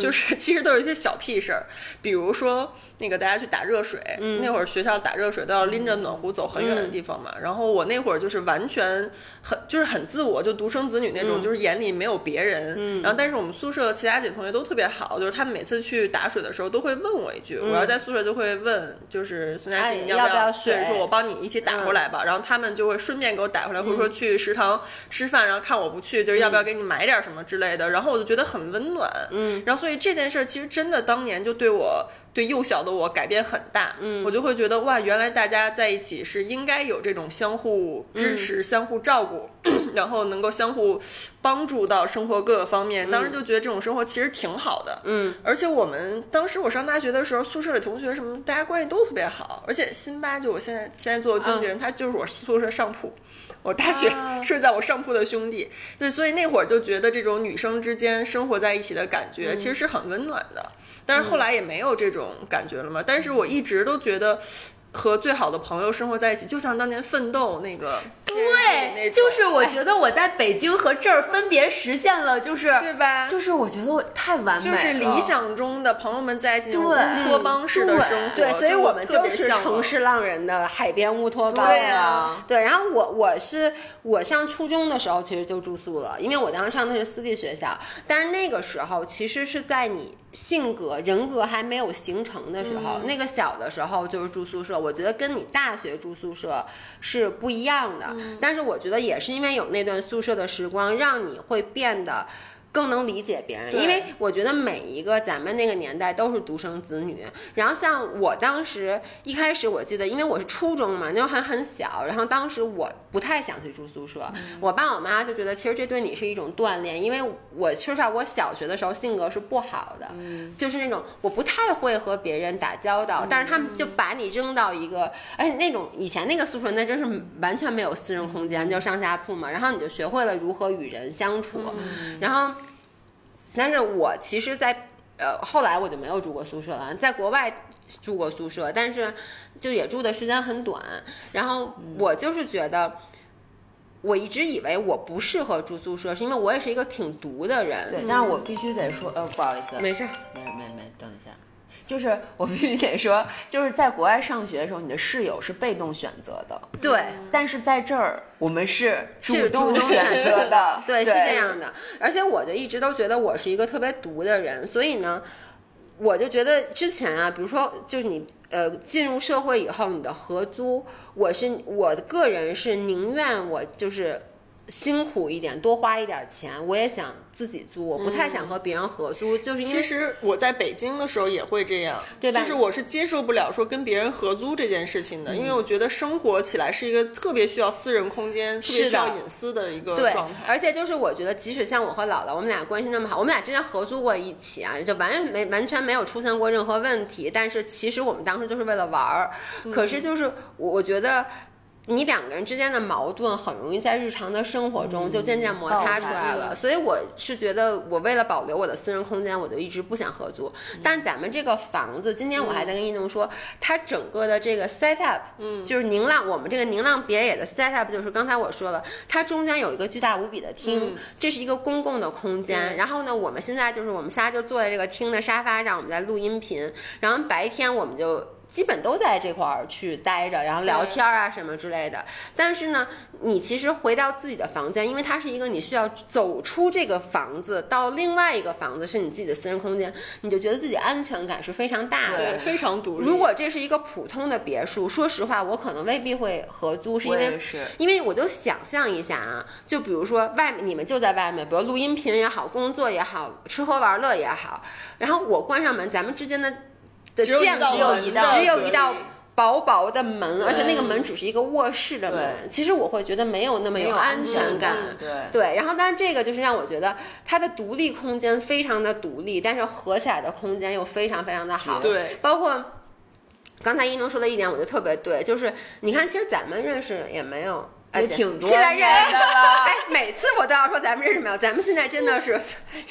S2: 就是 其实都是一些小屁事儿，比如说那个大家去打热水，那会儿学校打热水都要拎着暖壶走很远的地方嘛。然后我那会儿就是完全很就是很自我，就独生子女那种，就是眼里没有别人。然后但是我们宿舍其他几个同学都特别好，就是他们每次去打水的时候都会问我一句，我要在宿舍就会问，就是孙佳
S1: 哎
S2: 琪你
S1: 要
S2: 不
S1: 不
S2: 嗯要嗯
S1: 要水
S2: 对，说我帮你一起打回来吧。然后他们就会顺便给我打回来，或者说去食堂吃饭，然后看我不去，就是要不要给你买点什么之类的。然后我就觉得很温暖，嗯，然后所以这件事儿其实真的当年就对我。对幼小的我改变很大，嗯，我就会觉得哇，原来大家在一起是应该有这种相互支持、相互照顾，然后能够相互帮助到生活各个方面。当时
S3: 嗯
S2: 就觉得这种生活其实挺好的，嗯。而且我们当时我上大学的时候，宿舍里同学什么，大家关系都特别好。而且辛巴就我现在现在做的经
S3: 嗯
S2: 纪人，他就是我宿舍上铺，我大学
S3: 啊
S2: 睡在我上铺的兄弟。对，所以那会儿就觉得这种女生之间生活在一起的感觉，
S3: 嗯
S2: 其实是很温暖的。但是后来也没有这种感觉了嘛。但是我一直都觉得。和最好的朋友生活在一起，就像当年《奋斗》那个电视剧里那种哎
S3: 对，就是我觉得我在北京和这儿分别实现了，就是
S2: 对吧
S3: 就是我觉得我太完美
S2: 就
S3: 了，
S2: 是理想中的朋友们在一起那种
S3: 对
S2: 乌托邦式的
S3: 对
S2: 生 活，
S1: 对，所以
S2: 哦就
S1: 我们
S2: 特
S1: 就
S2: 别
S1: 是
S2: 向
S1: 城
S2: 往。
S1: 市浪人的海边乌托邦。
S3: 对
S2: 啊
S1: 对，然后我我是我上初中的时候其实就住宿了，因为我当时上的是私立学校，但是那个时候其实是在你性格人格还没有形成的时候，
S2: 嗯
S1: 那个小的时候就是住宿舍，我觉得跟你大学住宿舍是不一样的。
S2: 嗯
S1: 但是我觉得也是因为有那段宿舍的时光，让你会变得。更能理解别人，
S2: 对
S1: 因为我觉得每一个咱们那个年代都是独生子女。然后像我当时一开始，我记得因为我是初中嘛，那时候还很小，然后当时我不太想去住宿舍，我爸我妈就觉得其实这对你是一种锻炼，因为我说实话，我小学的时候性格是不好的，就是那种我不太会和别人打交道，但是他们就把你扔到一个，而且那种以前那个宿舍那真是完全没有私人空间，就上下铺嘛，然后你就学会了如何与人相处，然后。但是我其实在，呃后来我就没有住过宿舍了，在国外住过宿舍，但是就也住的时间很短。然后我就是觉得，我一直以为我不适合住宿舍，是因为我也是一个挺独的人。
S3: 对，但是我必须得说，呃，不好意思，
S1: 没事儿，
S3: 没没没，等一下，就是我必须得说，就是在国外上学的时候，你的室友是被动选择的，
S1: 对。
S3: 但是在这儿我们是
S1: 是
S3: 动
S1: 主动选
S3: 选
S1: 择，
S3: 择的
S1: 对，是这。样的。而且我就一直都觉得我是一个特别独的人，所以呢，我就觉得之前啊，比如说，就是你呃进入社会以后，你的合租，我是我个人是宁愿我就是辛苦一点，多花一点钱，我也想自己租，我不太想和别人合租，就是因
S2: 其
S1: 为
S2: 实我在北京的时候也会这样，
S1: 对吧嗯
S2: 就是我是接受不了说跟别人合租这件事情的，因为我觉得生活起来是一个特别需要私人空间、特
S1: 是
S2: 别
S1: 的
S2: 需要隐私的一个
S1: 对
S2: 状，态。
S1: 而且就是我觉得，即使像我和姥姥，我们俩关系那么好，我们俩之前合租过一起啊，就完全没完全没有出现过任何问题。但是其实我们当时就是为了玩儿，可是就是我我觉得。你两个人之间的矛盾很容易在日常的生活中就渐渐摩擦出来了，
S3: 爆发
S1: 所以我是觉得，我为了保留我的私人空间，我就一直不想合租。但咱们这个房子，今天我还在跟一农说，它整个的这个 set up，嗯，就是宁浪，我们这个宁浪别野的 set up，就是刚才我说了，它中间有一个巨大无比的厅，这是一个公共的空间。然后呢，我们现在就是我们仨就坐在这个厅的沙发上，我们在录音频，然后白天我们就。基本都在这块儿去待着，然后聊天啊什么之类的。但是呢，你其实回到自己的房间，因为它是一个你需要走出这个房子到另外一个房子是你自己的私人空间，你就觉得自己安全感是非常大的
S2: 对，。非常独立。
S1: 如果这是一个普通的别墅，说实话，我可能未必会合租，是因
S3: 我
S1: 为
S3: 也是，
S1: 因为我就想象一下啊，就比如说外面你们就在外面，比如录音频也好，工作也好，吃喝玩乐也好，然后我关上门，咱们之间的的
S2: 只有一
S1: 间
S2: 道
S1: 只
S2: 门
S1: 有一
S2: 的
S1: 只有
S2: 隔
S1: 一
S2: 离
S1: 道薄薄的门，而且那个门只是一个卧室的门，其实我会觉得没有那么
S3: 没有
S1: 安全
S3: 全
S1: 感。
S3: 对，
S1: 对，然后但是这个就是让我觉得它的独立空间非常的独立，但是合起来的空间又非常非常的好。
S2: 对，
S1: 包括刚才一农说的一点，我觉得特别对，就是你看，其实咱们认识也没有。哎
S3: 也挺多
S1: 现在认识
S3: 年的 了
S1: 哎，每次我都要说咱们认识没有，咱们现在真的是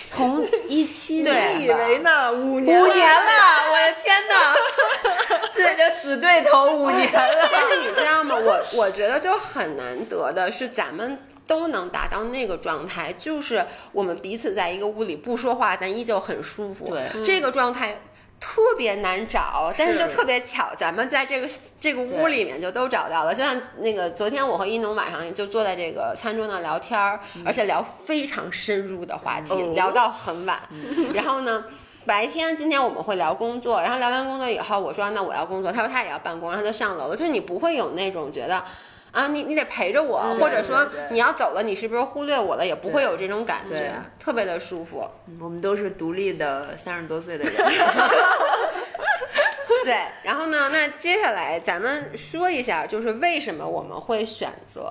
S3: 从一七
S1: 对
S2: 你以为呢？五年
S3: 五
S2: 了
S3: 年了，我的天哪！ 对着死对头五年 了，
S1: 但是你知道吗？我我觉得就很难得的是，咱们都能达到那个状态，就是我们彼此在一个屋里不说话，但依旧很舒服。
S3: 对，
S1: 这个状态。特别难找，但是就特别巧，咱们在这个这个屋里面就都找到了。就像那个昨天我和一农晚上就坐在这个餐桌那聊天儿，而且聊非常深入的话题，聊到很晚。然后呢，白天今天我们会聊工作，然后聊完工作以后，我说那我要工作，他说他也要办公，然后他就上楼了。就是你不会有那种觉得。啊，你你得陪着我，
S3: 嗯
S1: 或者说
S3: 对对对
S1: 你要走了，你是不是忽略我了？也不会有这种感
S3: 对
S1: 觉，特别的舒服。
S3: 我们都是独立的三十多岁的人，
S1: 对，然后呢，那接下来咱们说一下，就是为什么我们会选择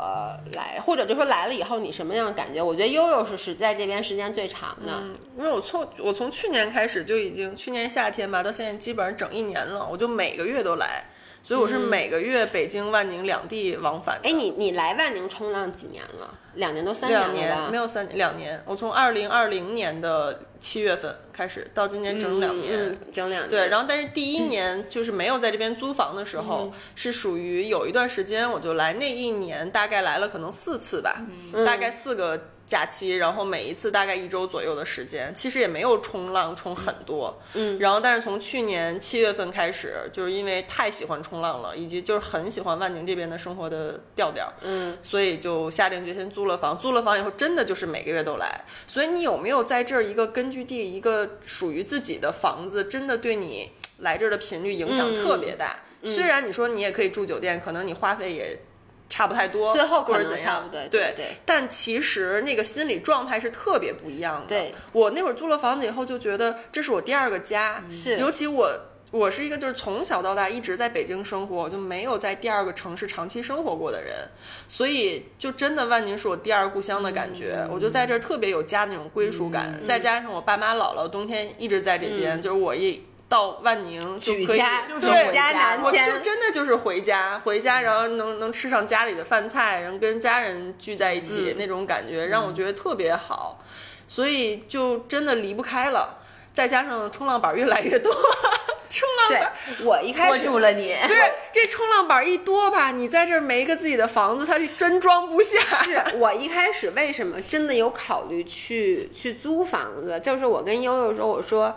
S1: 来，或者就说来了以后你什么样的感觉？我觉得悠悠是是在这边时间最长的，
S3: 嗯
S2: 因为我从我从去年开始就已经，去年夏天吧，到现在基本上整一年了，我就每个月都来，所以我是
S1: 嗯
S2: 每个月北京、万宁两地往返的。
S1: 哎、你你来万宁冲浪几年了？两年都三
S2: 两
S1: 年了吧？
S2: 没有三两年，我从二零二零年的七月份开始到今年整两年。
S1: 嗯，整两年。
S2: 对，然后但是第一年就是没有在这边租房的时候，
S1: 嗯
S2: 是属于有一段时间我就来，那一年大概来了可能四次吧，
S1: 嗯
S2: 大概四个假期，然后每一次大概一周左右的时间，其实也没有冲浪冲很多，嗯，然后但是从去年七月份开始，就是因为太喜欢冲浪了，以及就是很喜欢万宁这边的生活的调调，
S1: 嗯，
S2: 所以就下定决心租了房。租了房以后，真的就是每个月都来。所以你有没有在这儿一个根据地，一个属于自己的房子，真的对你来这儿的频率影响特别大？
S1: 嗯
S2: 虽然你说你也可以住酒店，可能你花费也差不太多，
S1: 最后可
S2: 或者
S1: 能
S2: 怎
S1: 差
S2: 样
S1: 不，多对
S2: 对
S1: 对
S2: 但其实那个心理状态是特别不一样的。
S1: 对，
S2: 我那会儿租了房子以后，就觉得这是我第二个家，
S1: 是
S2: 尤其我。我是一个就是从小到大一直在北京生活，我就没有在第二个城市长期生活过的人，所以就真的万宁是我第二故乡的感觉，
S1: 嗯
S2: 我就在这儿特别有家那种归属感。再加上我爸妈姥姥冬天一直在这边，就是我一到万宁
S1: 嗯
S2: 就
S1: 举
S2: 可以
S1: 家
S2: 对
S1: 就是
S3: 回
S1: 举家
S3: 家
S1: 南
S2: 我
S1: 迁
S2: 就，真的就是回家，回家然后能能吃上家里的饭菜，然后跟家人聚在一
S1: 嗯
S2: 起、那种感觉，让我觉得特别好，所以就真的离不开了。再加上冲浪板越来越多， 冲浪板。
S1: 对我一开
S3: 拖
S1: 始
S3: 住了你。
S2: 对，这冲浪板一多吧，你在这儿没一个自己的房子，它是真装不下。
S1: 是我一开始为什么真的有考虑去去租房子，就是我跟悠悠说，我说。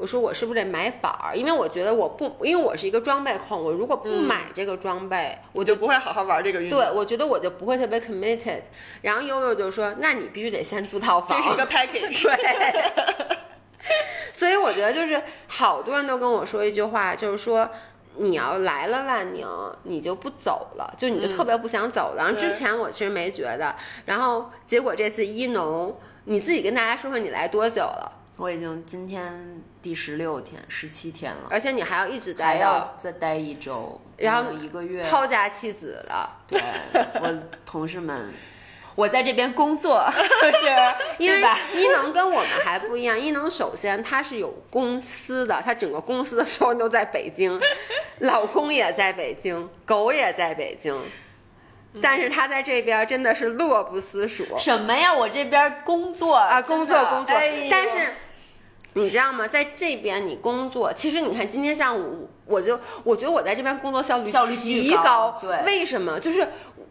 S1: 我说我是不是得买板儿？因为我觉得我不，因为我是一个装备控，我如果
S2: 嗯
S1: 不买这个装备，
S2: 我就不会好好玩这个运动。
S1: 对我觉得我就不会特别 committed。然后悠悠就说：“那你必须得先租套房。”
S2: 这是一个 package。
S1: 对。 所以我觉得就是好多人都跟我说一句话，就是说你要来了万宁，你就不走了，就你就特别不想走了。
S3: 嗯
S1: 然后之前我其实没觉得，然后结果这次一农，你自己跟大家说说你来多久了，
S3: 我已经今天第十六天、十七天了，
S1: 而且你还要一直
S3: 还
S1: 待
S3: 要
S1: 到
S3: 再待一周，
S1: 然后
S3: 还有一个月。
S1: 抛家弃子了，
S3: 对，我同事们，我在这边工 作，就是
S1: 因为
S3: 对吧？
S1: 一农跟我们还不一样，一农首先他是有公司的，他整个公司的所有人都在北京，老公也在北京，狗也在北京，
S3: 嗯
S1: 但是他在这边真的是乐不思蜀
S3: 什么呀？我这边工作
S1: 啊，
S3: 啊
S1: 工作工作
S3: 哎呦、，
S1: 但是。你知道吗？在这边你工作，其实你看今天上午，我就我觉得我在这边工作效率
S3: 效率
S1: 极
S3: 巨高
S1: 高
S3: 对
S1: 为什么？就是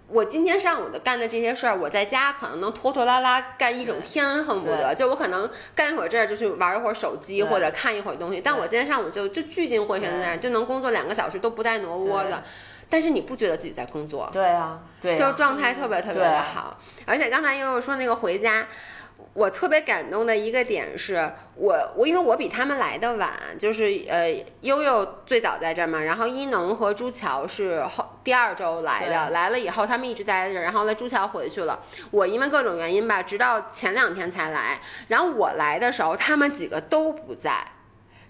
S1: 我今天上午的干的这些事儿，我在家可能能拖拖拉拉干一整天，恨不得就我可能干一会儿这儿，就是玩一会儿手机
S3: 对
S1: 或者看一会儿东西。但我今天上午就就聚精会神在那儿，就能工作两个小时都不带挪窝的。但是你不觉得自己在工作？
S3: 对啊，对
S1: 就是
S3: 啊，
S1: 状态特别特别的好。而且刚才悠悠说那个回家，我特别感动的一个点是我我因为我比他们来的晚，就是呃悠悠最早在这儿嘛，然后一农和朱乔是后第二周来的，
S3: 对
S1: 来了以后他们一直待在这儿，然后呢朱乔回去了，我因为各种原因吧，直到前两天才来，然后我来的时候他们几个都不在。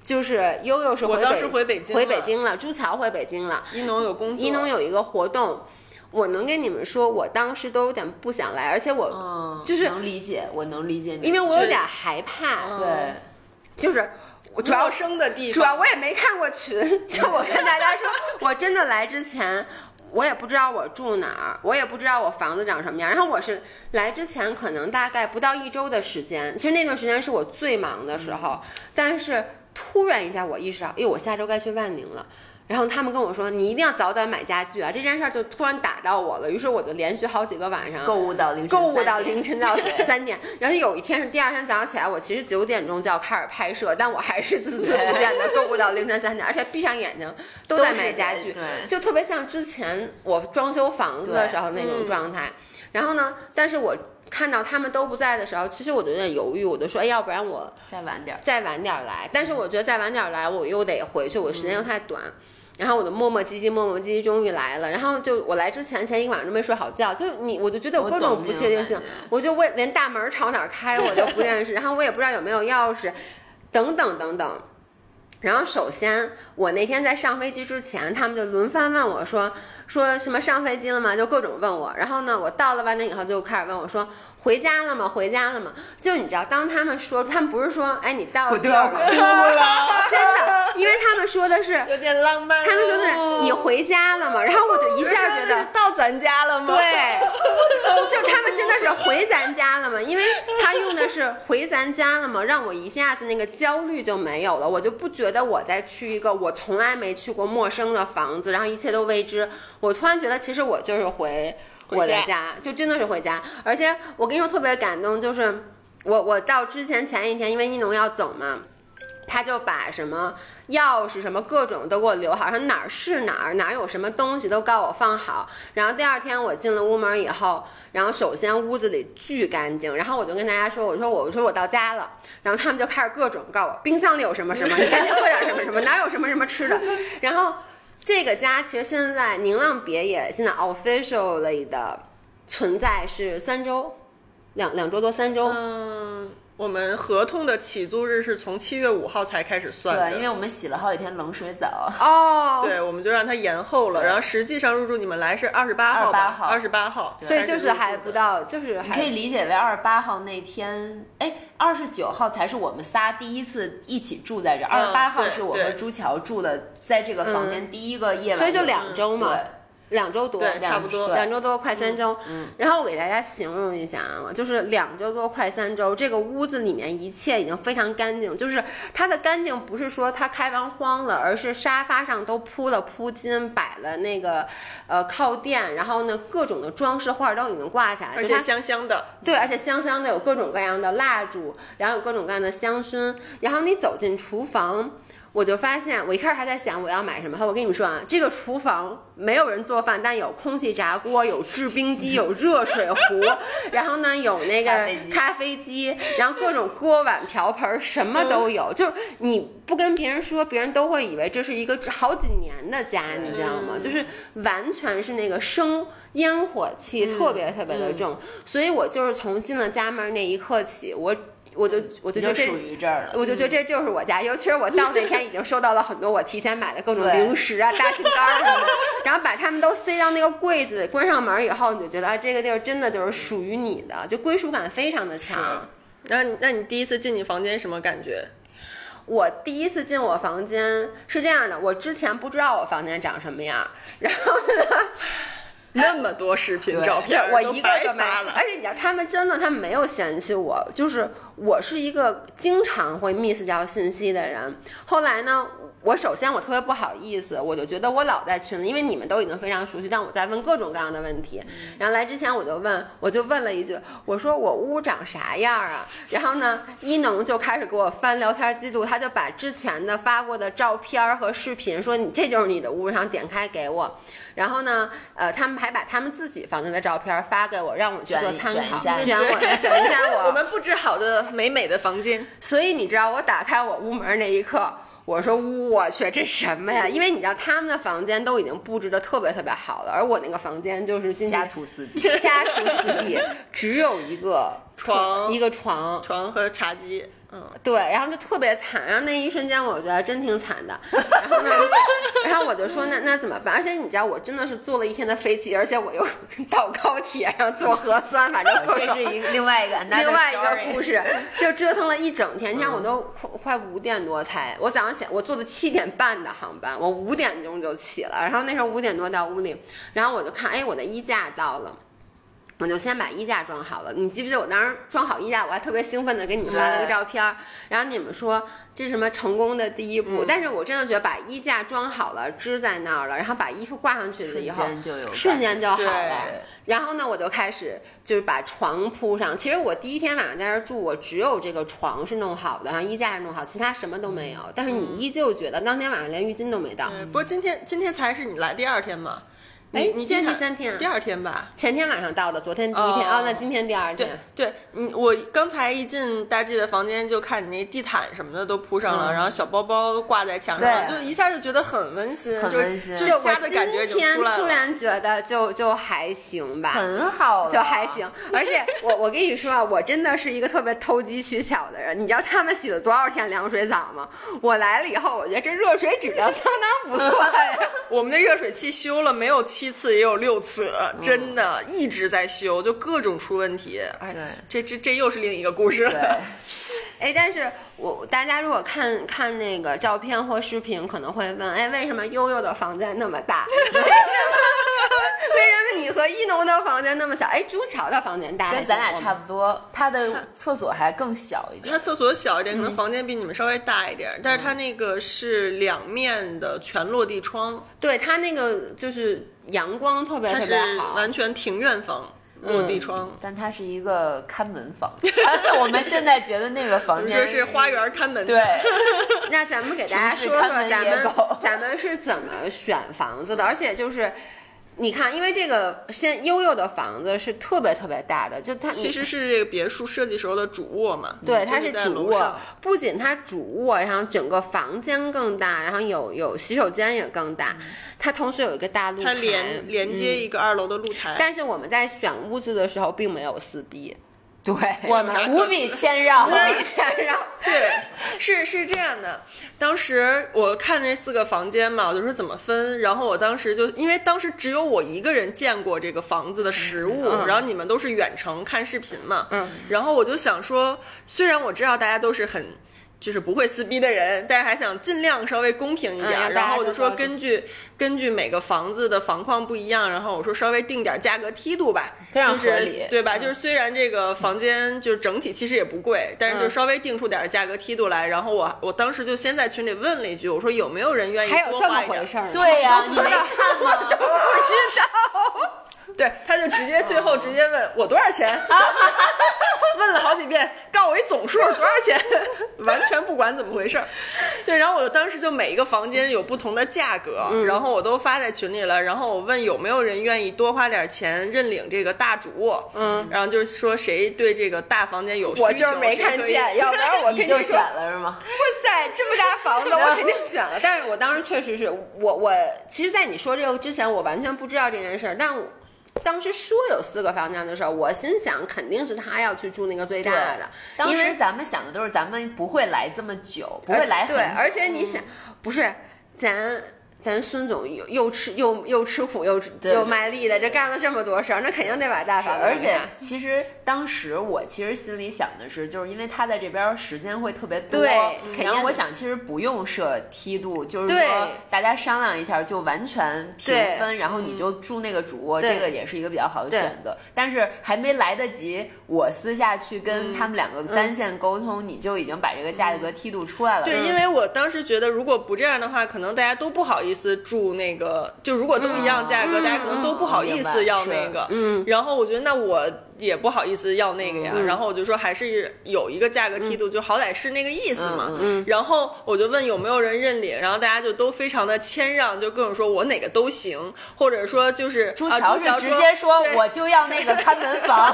S1: 就是悠悠是
S2: 我
S1: 回
S2: 当
S1: 北
S2: 时回北京
S1: 回
S2: 了
S1: 北京了，朱乔回北京了，
S2: 一农有工作，
S1: 一农有一个活动，我能跟你们说，我当时都有点不想来，而且我、
S3: 嗯，
S1: 就是
S3: 能理解，我能理解你，
S1: 因为我有
S3: 就是
S1: 点害怕，
S3: 对，
S1: 就是我主要
S2: 陌生的地
S1: 主
S2: 方，
S1: 要我也没看过群，就我跟大家说，我真的来之前。我也不知道我住哪儿，我也不知道我房子长什么样。然后我是来之前可能大概不到一周的时间，其实那段时间是我最忙的时候。但是突然一下，我意识到，哎，我下周该去万宁了。然后他们跟我说，你一定要早点买家具啊！这件事儿就突然打到我了，于是我就连续好几个晚上
S3: 购物到凌晨
S1: 购物
S3: 三
S1: 到
S3: 点
S1: 凌晨到三点，然后有一天是第二天早上起来，我其实九点钟就要开始拍摄，但我还是孜孜不倦的购物到凌晨三点，而且闭上眼睛都在
S3: 都是
S1: 买家
S3: 在
S1: 具
S3: 对，
S1: 就特别像之前我装修房子的时候那种
S3: 嗯
S1: 状态。然后呢，但是我看到他们都不在的时候，其实我就有点犹豫，我就说，哎，要不然我
S3: 再晚点儿，
S1: 再晚点儿来，但是
S3: 嗯
S1: 我觉得再晚点儿来，我又得回去，我时间又太短。然后我就磨磨唧唧，磨磨唧唧，终于来了。然后就我来之前前一个晚上都没睡好觉，就是你，我就觉得有
S3: 我
S1: 各
S3: 懂
S1: 种不
S3: 那种
S1: 确定
S3: 感
S1: 性
S3: 觉，
S1: 我就问连大门朝哪儿开我都不认识，然后我也不知道有没有钥匙，等等等等。然后首先，我那天在上飞机之前，他们就轮番问我说说什么上飞机了吗？就各种问我。然后呢，我到了万宁以后就开始问我说回家了吗？回家了吗？就你知道，当他们说，他们不是说哎你到地儿了，
S2: 了，
S1: 真的，因为他们说的是。
S2: 有点浪漫哦。
S1: 他们说的是你回家了吗？然后我就一
S2: 不是
S1: 下觉
S2: 这
S1: 得
S2: 是到咱家了吗？
S1: 对，就他们真的是回咱家了嘛？因为他用的是回咱家了嘛，让我一下子那个焦虑就没有了，我就不觉得我在去一个我从来没去过陌生的房子，然后一切都未知。我突然觉得，其实我就是回
S2: 回
S1: 我的
S2: 家
S1: 家，就真的是回家。而且我跟你说特别感动，就是我我到之前前一天，因为一农要走嘛。他就把什么钥匙什么各种都给我留好，说哪儿是哪儿，哪儿有什么东西都告诉我放好。然后第二天我进了屋门以后，然后首先屋子里巨干净，然后我就跟大家说，我说我说我到家了，然后他们就开始各种告我冰箱里有什么什么，你赶紧喝点什么什么，哪有什么什么吃的。然后这个家其实现在宁浪别野现在 officially 的存在是三周，两两周多三周，
S2: 嗯，我们合同的起租日是从七月五号才开始算的，
S3: 对，因为我们洗了好几天冷水澡，
S1: 哦，
S2: 对，我们就让它延后了。然后实际上入住你们来是二十八号吧，二十
S3: 28
S2: 八号，
S1: 所以就
S2: 开始
S1: 是
S2: 入住
S1: 还不到，就是
S3: 可以
S1: 还
S3: 理解为二十八号那天，哎，二十九号才是我们仨第一次一起住在这儿，二十八
S2: 嗯
S3: 号
S2: 对
S3: 是我
S2: 对
S3: 和朱乔住的，在这个房间第一个夜
S1: 嗯
S3: 晚，
S1: 所以就两周嘛，
S3: 对
S1: 两周多，
S2: 对，差不多嗯
S3: 对。
S1: 两周多快三周。然后我给大家形容一下啊，就是两周多快三周，这个屋子里面一切已经非常干净，就是它的干净不是说它开完荒了，而是沙发上都铺了铺巾，摆了那个呃靠垫，然后呢各种的装饰画都已经挂起来，
S2: 而
S1: 就
S2: 且
S1: 它
S2: 香香的，
S1: 对，而且香香的，有各种各样的蜡烛，然后有各种各样的香薰。然后你走进厨房，我就发现，我一开始还在想我要买什么。后来我跟你们说啊，这个厨房没有人做饭，但有空气炸锅，有制冰机，有热水壶，然后呢有那
S3: 咖
S1: 个
S3: 啡机
S1: 咖啡机，然后各种锅碗瓢盆什么都有。就是你不跟别人说，别人都会以为这是一个好几年的家，你知道吗？就是完全是那个生烟火气
S3: 嗯
S1: 特别特别的重。所以我就是从进了家门那一刻起，我我就我就
S3: 你
S1: 觉得
S3: 就
S1: 这
S3: 属。于这儿了。
S1: 我就
S2: 嗯
S1: 觉得这就是我家，尤其是我到那天已经收到了很多我提前买的各种
S3: 对
S1: 零食啊、大杏干儿什么的， 然后把它们都塞到那个柜子，关上门以后，你就觉得啊，这个地儿真的就是属于你的，就归属感非常的强。
S2: 那你那你第一次进你房间什么感觉？
S1: 我第一次进我房间是这样的，我之前不知道我房间长什么样，然后呢，
S2: 那么多视频照
S1: 对
S2: 片，
S1: 我一个
S2: 都
S1: 个
S2: 白发
S1: 买
S2: 了，。
S1: 而且你知道，他们真的，他们没有嫌弃我，就是我是一个经常会 miss 掉信息的人。后来呢，我首先我特别不好意思，我就觉得我老在群里，因为你们都已经非常熟悉，但我在问各种各样的问题。然后来之前我就问，我就问了一句，我说我屋长啥样啊？然后呢，一农就开始给我翻聊天记录，他就把之前的发过的照片儿和视频说你这就是你的屋，然后点开给我。然后呢，呃，他们还把他们自己房间的照片儿发给我，让我去
S3: 卷
S1: 做
S3: 一
S1: 参
S3: 卷一
S1: 考，
S3: 下
S1: 卷 我，卷一下
S2: 我
S1: 我。
S2: 们布置好的美美的房间，
S1: 所以你知道，我打开我屋门那一刻。我说我去，这什么呀？因为你知道他们的房间都已经布置的特别特别好了，而我那个房间就是进去
S3: 家徒四壁，
S1: 家徒四壁，只有一个
S2: 床
S1: 一个床，
S2: 床和茶几，嗯，
S1: 对，然后就特别惨。然后那一瞬间，我觉得真挺惨 的。然后呢，然后我就说那那怎么办？而且你知道，我真的是坐了一天的飞机，而且我又 到高铁上做核酸，反正各
S3: 哦这
S1: 种
S3: 是一个另外一个
S1: 另外一个故
S3: 事。
S1: 事，就折腾了一整
S3: 嗯
S1: 天。你看，我都快快五点多才，我早上起来我坐的七点半的航班，我五点钟就起了，然后那时候五点多到屋里，然后我就看，哎，我的衣架到了。我就先把衣架装好了。你记不记得我当时装好衣架，我还特别兴奋的给你们发了个
S3: 对
S1: 照片儿。然后你们说这是什么成功的第一
S3: 嗯
S1: 步，但是我真的觉得把衣架装好了，支在那儿了，然后把衣服挂上去了以后，
S3: 瞬间就有感觉
S1: 瞬间就好了
S2: 对。
S1: 然后呢，我就开始就是把床铺上。其实我第一天晚上在这儿住，我只有这个床是弄好的，然后衣架是弄好，其他什么都没有。
S2: 嗯
S1: 但是你依旧觉得当天晚上连浴巾都没到，
S2: 呃不过今天今天才是你来第二天嘛，
S1: 哎
S2: 你你
S1: 今天
S2: 经常
S1: 第三天啊
S2: 第二天吧？
S1: 前天晚上到的，昨天第一天，
S2: 哦
S1: 哦，那今天第二
S2: 对
S1: 天。
S2: 对，你我刚才一进大 G 的房间就看你那地毯什么的都铺上了，然后小包包都挂在墙上，
S1: 嗯对
S2: 就一下就觉得很温馨，
S3: 很
S2: 就是
S3: 温馨
S2: 就是
S1: 就
S2: 家
S1: 我
S2: 的
S1: 今
S2: 感觉已经
S1: 天
S2: 出来
S1: 突
S2: 了。
S1: 然觉得就就还行吧，
S3: 很好了，
S1: 就还行。而且我我跟你说啊，我真的是一个特别投机取巧的人。你知道他们洗了多少天凉水澡吗？我来了以后，我觉得这热水质量相当不错呀。
S2: 我们的热水器修了没有七次也有六次，
S1: 嗯
S2: 真的一直在修，就各种出问题。哎
S3: 对，
S2: 这这这又是另一个故事
S3: 对
S2: 了。
S1: 哎，但是我大家如果看看那个照片或视频，可能会问，哎，为什么悠悠的房间那么大？ 为什么为什么你和一农的房间那么小？哎，朱乔的房间大，
S3: 跟咱俩差
S1: 多。
S3: 不多，他 的厕所还更小一点
S2: 他。厕所小一点，
S1: 嗯
S2: 可能房间比你们稍微大一点，但是他那个是两面的全落地窗，
S1: 对他那个就是阳光特别
S2: 它
S1: 哎特
S2: 是
S1: 别好，
S3: 呃
S1: 嗯
S2: 完全庭院房落地窗，
S3: 但它是一个看门 房，我们现在觉得那个
S2: 比
S3: 房
S2: 如
S3: 间
S2: 说是花园看门，
S3: 对，
S1: 那咱们给大家
S3: 城市
S1: 说说
S3: 看门
S1: 咱
S3: 野
S1: 们
S3: 狗
S1: 咱们是怎么选房子的，而且就是。你看，因为这个现悠悠的房子是特别特别大的，就它你
S2: 其实是这个别墅设计时候的主卧嘛，
S1: 对，
S2: 嗯就
S1: 它是
S2: 在
S1: 主
S2: 楼
S1: 卧
S2: 上，
S1: 不仅它主卧，然后整个房间更大，然后有有洗手间也更大，它同时有一个大露
S2: 嗯它
S1: 台，
S2: 连连
S1: 嗯。
S2: 接一个二楼的露台，
S1: 但是我们在选屋子的时候并没有撕逼，
S3: 对，
S1: 我们
S3: 无比谦让
S1: 所，以先 让
S2: 对，是是这样的。当时我看这四个房间嘛，我就说怎么分，然后我当时就因为当时只有我一个人见过这个房子的实物，
S1: 嗯
S2: 然后你们都是远程看视频嘛，嗯，然后我就想说，虽然我知道大家都是很。就是不会撕逼的人，但是还想尽量稍微公平一点。
S1: 嗯让大家
S2: 然后我就说
S1: 都了解
S2: 根据根据每个房子的房况不一样，然后我说稍微定点价格梯度吧，
S3: 非常
S2: 就是
S3: 合理
S1: 嗯
S2: 对吧？就是虽然这个房间就是整体其实也不贵，但是就稍
S1: 嗯
S2: 微定出点价格梯度来。然后我我当时就先在群里问了一句，我说有没有人愿意
S1: 还有
S2: 多
S1: 这么
S2: 花一
S1: 回
S2: 点
S1: 事？儿，，
S3: 对呀、你没看吗？
S2: 对，他就直接最后直接问我多少钱， 问了好几遍，告我一总数多少钱，完全不管怎么回事儿。对，然后我当时就每一个房间有不同的价格，
S1: 嗯
S2: 然后我都发在群里了。然后我问有没有人愿意多花点钱认领这个大主卧，嗯，然后就是说谁对这个大房间有需求，
S1: 我就是没
S2: 谁
S1: 看
S2: 可以
S1: 见，要不然 我
S3: 你
S1: 跟
S3: 就
S1: 说
S3: 选了是吗？
S1: 哇塞，这么大房子，我肯定选了。但是我当时确实是我我，其实，在你说这个之前，我完全不知道这件事儿。但我当时说有四个房间的时候，我心想肯定是他要去住那个最大
S3: 对
S1: 的，
S3: 当
S1: 因
S3: 时
S1: 为
S3: 咱们想的都是咱们不会来这么久，不
S1: 而
S3: 会来很
S1: 哎对
S3: 久，，
S1: 而且你想，不是咱。咱孙总又又吃又又吃苦又
S3: 对
S1: 又卖力的，这干了这么多事儿，那肯定得把大房子
S3: 而
S1: 给
S3: 且
S1: 他。
S3: 其实当时我其实心里想的是，就是因为他在这边时间会特别多，
S1: 对肯
S3: 然后
S1: 定
S3: 我想其实不用设梯度，就是
S1: 对
S3: 说大家商量一下就完全平
S1: 对
S3: 分，然后你就住那个主卧，
S1: 对
S3: 这个也是一个比较好的
S1: 对
S3: 选择。但是还没来得及，我私下去跟他们两个单线沟通，你就已经把这个价格梯度出来了。
S2: 对，因为我当时觉得，如果不这样的话，可能大家都不好意思住那个，就如果都一样价格，
S3: 嗯
S2: 大家可能都不好意思要那个。嗯，然后我觉得那我也不好意思要那个呀，
S3: 嗯
S2: 然后我就说还是有一个价格梯度，就好歹是那个意思嘛。
S3: 嗯
S2: 然后我就问有没有人认领，然后大家就都非常的谦让，就各种说我哪个都行，或者说就是
S3: 朱
S2: 啊
S3: 乔
S2: 朱
S3: 是
S2: 乔
S3: 直接说
S2: 对
S3: 我就要那个看门房，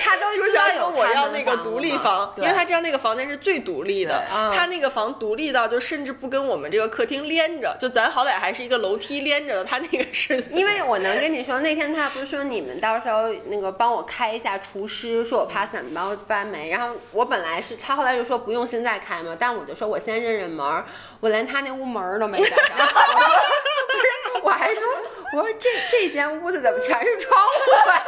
S1: 他都
S2: 朱
S1: 知
S2: 小
S1: 道
S2: 说
S1: 有
S2: 我
S1: 看
S2: 要
S1: 门
S2: 那个
S1: 房
S2: 独
S1: 了
S2: 立
S1: 嘛
S2: 房，因
S3: 对
S2: 为他知道那个房间是最独立的
S3: 对，
S1: 嗯
S2: 他那个房独立到就甚至不跟我们这个客厅连着，就咱好歹还是一个楼梯连着的，他那个是。
S1: 因为我能跟你说，那天他不是说你们到时候那个帮我开一下厨师，说我怕散包发霉。然后我本来是他后来就说不用现在开嘛，但我就说我先认认门儿，我连他那屋门儿都没找着。 我说不是我还说我说这这间屋子怎么全是窗户啊？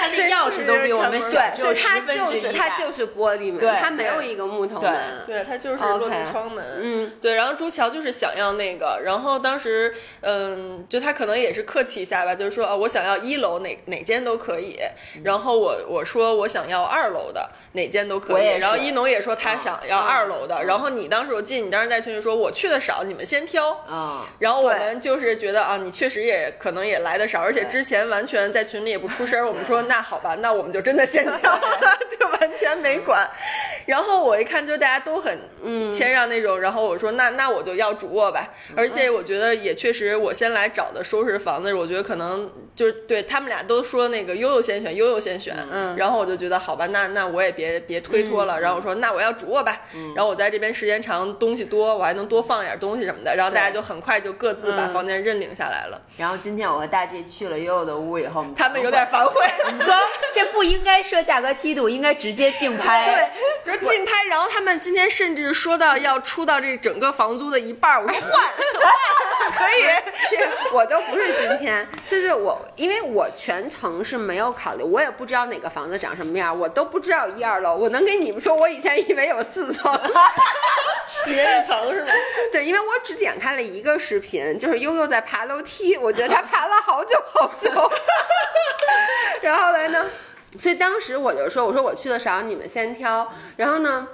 S3: 他那钥匙都比我们小，只
S1: 对，所
S3: 有十
S1: 以他
S3: 分
S1: 就
S3: 之一
S1: 是
S3: 大。
S1: 他就是玻璃门
S3: 对，
S1: 他没有一个木头
S3: 对
S1: 门。
S2: 对他就是
S1: 哦 OK
S2: 落地窗门
S1: 嗯，
S2: 对。然后朱乔就是想要那个，然后当时，嗯，就他可能也是客气一下吧，就是说啊，我想要一楼哪哪间都可以。
S1: 嗯
S2: 然后我我说我想要二楼的哪间都可
S3: 我也
S2: 以。
S3: 是
S2: 然后一农也说
S1: 啊
S2: 他想要二
S1: 嗯
S2: 楼的。然后你当时我记得你当时在群里说我去的少，你们先挑。
S3: 嗯，
S2: 然后我
S1: 对
S2: 们就是觉得啊，你确实也可能也来的少，而且
S3: 对
S2: 之前完全在群里也不出声儿。我们说那好吧，那我们就真的先挑，就完全没管。然后我一看，就大家都很谦让那种。然后我说那那我就要主卧吧。而且我觉得也确实，我先来找的收拾房子，我觉得可能就是对他们俩都说那个悠悠先选，悠悠先选。
S1: 嗯
S2: 然后我就觉得好吧，那那我也别别推脱了。然后我说那我要主卧吧。然后我在这边时间长，东西多，我还能多放一点东西什么的。然后大家
S1: 对
S2: 就很快就各自把
S1: 嗯
S2: 房间认领下来了。
S3: 然后今天我和大 G 去了悠悠的屋以后，我们
S2: 他们有点反悔，
S3: 你说这不应该设价格梯度，应该直接竞拍。
S2: 说竞拍，然后他们今天甚至说到要出到这整个房租的一半儿，我说换可以。
S1: 是我都不是今天，就是我，因为我全程是没有考虑，我也不知道哪个房子长什么样，我都不知道有一二楼。我能跟你们说，我以前以为有四层，
S2: 连一层是吗？
S1: 对，因为我只点开了一个视频，就是悠悠在爬楼梯，我觉得他爬了好久好久。 然后来呢，所以当时我就说，我说我去的少，你们先挑。然后呢。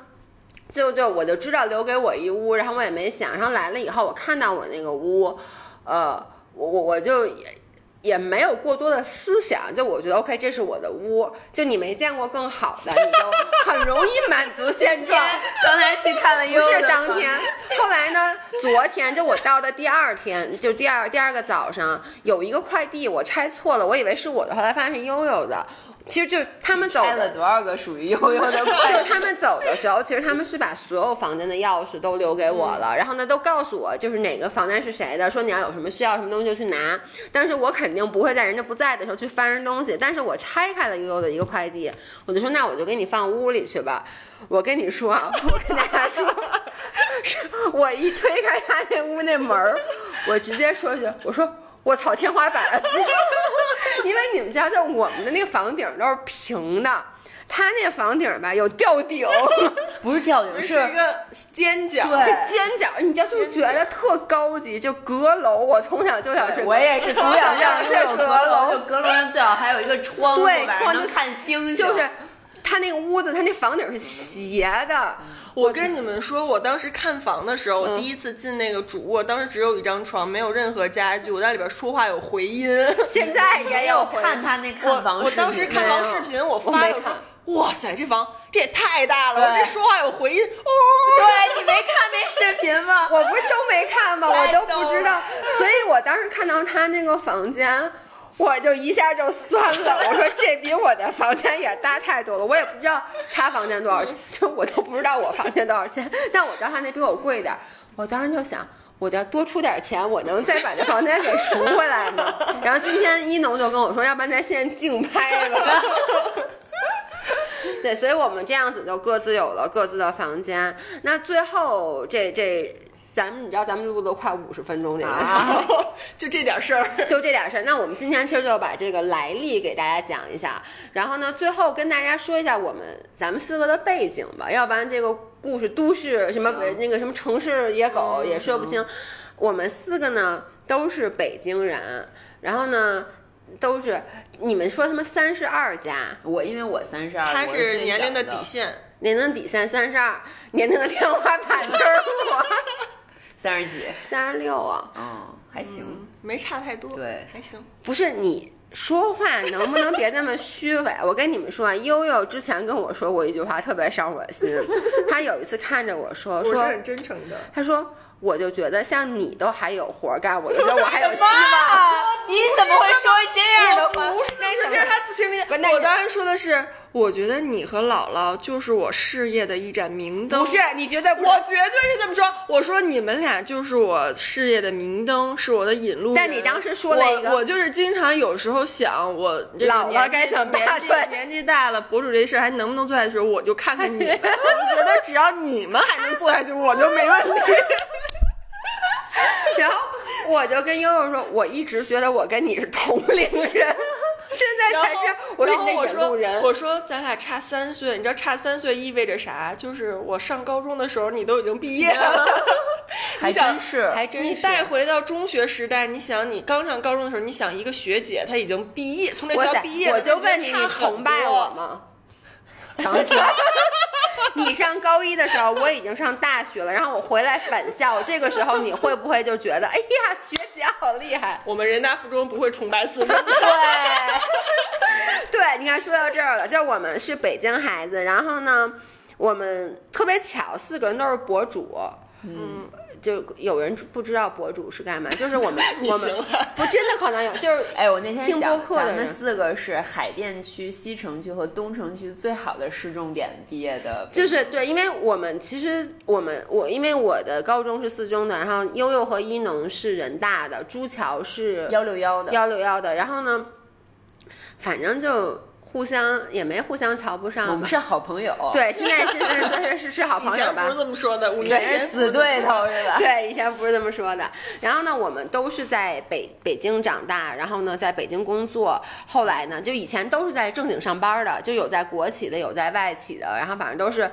S1: 就就我就知道留给我一屋，然后我也没想，然后来了以后，我看到我那个屋，呃，我我我就也也没有过多的思想，就我觉得 OK，这是我的屋，就你没见过更好的，你就很容易满足现 状。
S3: 刚才去看了悠
S1: 不
S3: 悠
S1: 是
S3: 的
S1: 当
S3: 房
S1: 天，后来呢？昨天就我到的第二天，就第二第二个早上，有一个快递我拆错了，我以为是我的，后来发现是悠悠的。其实就是他们走
S3: 开
S1: 的
S3: 了多少个属于悠悠 的
S1: 就
S3: 快
S1: 是他们走的时候，其实他们是把所有房间的钥匙都留给我了，然后呢，都告诉我就是哪个房间是谁的，说你要有什么需要什么东西就去拿。但是我肯定不会在人家不在的时候去翻人东西。但是我拆开了悠悠的一个快递，我就说那我就给你放屋里去吧。我跟你说啊，我跟大家说，是我一推开他那屋那门儿，我直接说一句，我说。我操天花板！ 因为你们知道，就我们的那个房顶都是平的，他那房顶吧有吊 顶，
S3: 不是吊顶，
S2: 是一个尖角，
S3: 对
S1: 尖角，你知道就是觉得特高级，就阁楼。我从小就想睡阁楼，
S3: 我也是从小就是那种阁楼，
S1: 对
S3: 就阁楼上最好还有一个窗户，
S1: 对
S3: 晚上
S1: 窗
S3: 能
S1: 就
S3: 看星星。
S1: 就是他那个屋子，他那房顶是斜的，
S3: 嗯
S2: 我跟你们说，我当时看房的时候，我第一次进那个主卧，当时只有一张床，没有任何家具，我在里边说话有回音。
S1: 现在
S3: 还
S1: 也
S3: 有
S1: 回
S3: 看他那看
S2: 我
S3: 房视
S2: 我
S3: 频
S2: 当时看房视频，我发了，
S1: 我没
S2: 我
S1: 看
S2: 说哇塞，这房这也太大了，我
S3: 对
S2: 这说话有回音，哦，
S3: 对你没看那视频吗？
S1: 我不是都没看吗？我
S3: 太
S1: 都
S3: 逗
S1: 不知道，所以我当时看到他那个房间。我就一下就酸了，我说这比我的房间也大太多了，我也不知道他房间多少钱，就我都不知道我房间多少钱，但我知道他那比我贵点儿。我当时就想，我要多出点钱，我能再把这房间给赎回来吗？然后今天一农就跟我说，要不然咱现在竞拍吧。对，所以我们这样子就各自有了各自的房间。那最后这这咱们你知道咱们录了快五十分钟这个，
S2: 然后哦就这点事儿，
S1: 就这点事儿。那我们今天其实就把这个来历给大家讲一下，然后呢，最后跟大家说一下我们咱们四个的背景吧，要不然这个故事都市什么
S3: 行
S1: 那个什么城市野狗
S2: 嗯
S1: 也说不清。我们四个呢都是北京人，然后呢都是你们说他们三十二家，
S3: 我因为我三十二，
S2: 它
S3: 我是
S2: 是
S3: 最
S2: 年龄
S3: 小的
S2: 的底，线。
S1: 年龄底线三十二，年龄的天花板就是 我
S3: 三十几，
S1: 三十六啊。
S3: 嗯，还行
S2: 嗯，，没差太多，
S3: 对
S2: 还行。
S1: 不是你说话能不能别那么虚伪？ 我跟你们说啊，悠悠之前跟我说过一句话，特别伤我 心。他有一次看着我说
S2: 我是
S1: 说，
S2: 很真诚的，
S1: 他说我就觉得像你都还有活干，我就觉得我还有希望。
S3: 啊你怎么会说这样的话？
S2: 不是，
S1: 那
S2: 这
S1: 什
S2: 是
S1: 么
S2: 他自行理
S1: 不那。
S2: 我当然说的是，我觉得你和姥姥就是我事业的一盏明灯。
S1: 不是，你觉得不是？
S2: 我绝对是这么说。我说你们俩就是我事业的明灯，是我的引路人。
S1: 但你当时说了一个
S2: 我，我就是经常有时候想，我这个
S1: 老了
S2: 年纪
S1: 该怎么办
S2: 年纪
S1: 对
S2: 年纪大了，博主这事儿还能不能做下去？我就看看你 们，我觉得只要你们还能做下去，我就没问题。
S1: 然后我就跟悠悠说，我一直觉得我跟你是同龄 人，现在才知道我是
S2: 然后
S1: 你
S2: 我
S1: 的引路
S2: 说
S1: 人，。
S2: 我说咱俩差三岁，你知道差三岁意味着啥？就是我上高中的时候，你都已经毕业了。
S3: 还真是，
S1: 还真
S2: 你
S1: 是
S2: 带回到中学时代，你想你刚上高中的时候，你想一个学姐她已经毕业，从这
S1: 我
S2: 学校
S1: 想
S2: 毕业了，
S1: 我就
S2: 那
S1: 问你，
S2: 差
S1: 你
S2: 很
S1: 崇拜
S2: 多
S1: 我？吗？
S3: 强行，
S1: 你上高一的时候，我已经上大学了，然后我回来返校，这个时候你会不会就觉得，哎呀，学姐好厉害？
S2: 我们人大附中不会崇拜四中，
S1: 对，你看说到这儿了，就我们是北京孩子，然后呢，我们特别巧，四个人都是博主。嗯，就有人不知道博主是干嘛，就是 我们
S2: 你
S1: 我
S2: 行
S1: 们
S2: 了
S1: 不真的可能有， 就是
S3: 哎，我那天
S1: 听播
S3: 想，
S1: 客
S3: 咱
S1: 的
S3: 们
S1: 人
S3: 四个是海淀区、西城区和东城区最好的市重点毕业的，
S1: 就是对，因为我们其实我们我因为我的高中是四中的，然后悠悠和一农是人大的，朱桥是
S3: 幺六幺的，
S1: 幺六幺的，然后呢，反正就互相也没互相瞧不
S3: 我
S1: 上
S3: 们
S1: 吧。
S3: 是好朋友，，
S1: 对，现在现在是是是是 好
S2: 以
S1: 朋友
S2: 前
S1: 吧
S2: 不是？这么说的，五年前
S3: 也是
S2: 不这
S3: 死
S2: 么
S3: 对
S2: 说
S3: 头，是吧？
S1: 对，以前不是这么说的。然后呢，我们都是在北北京长大，然后呢，在北京工作。后来呢，就以前都是在正经上班的，就有在国企的，有在外企的，然后反正都是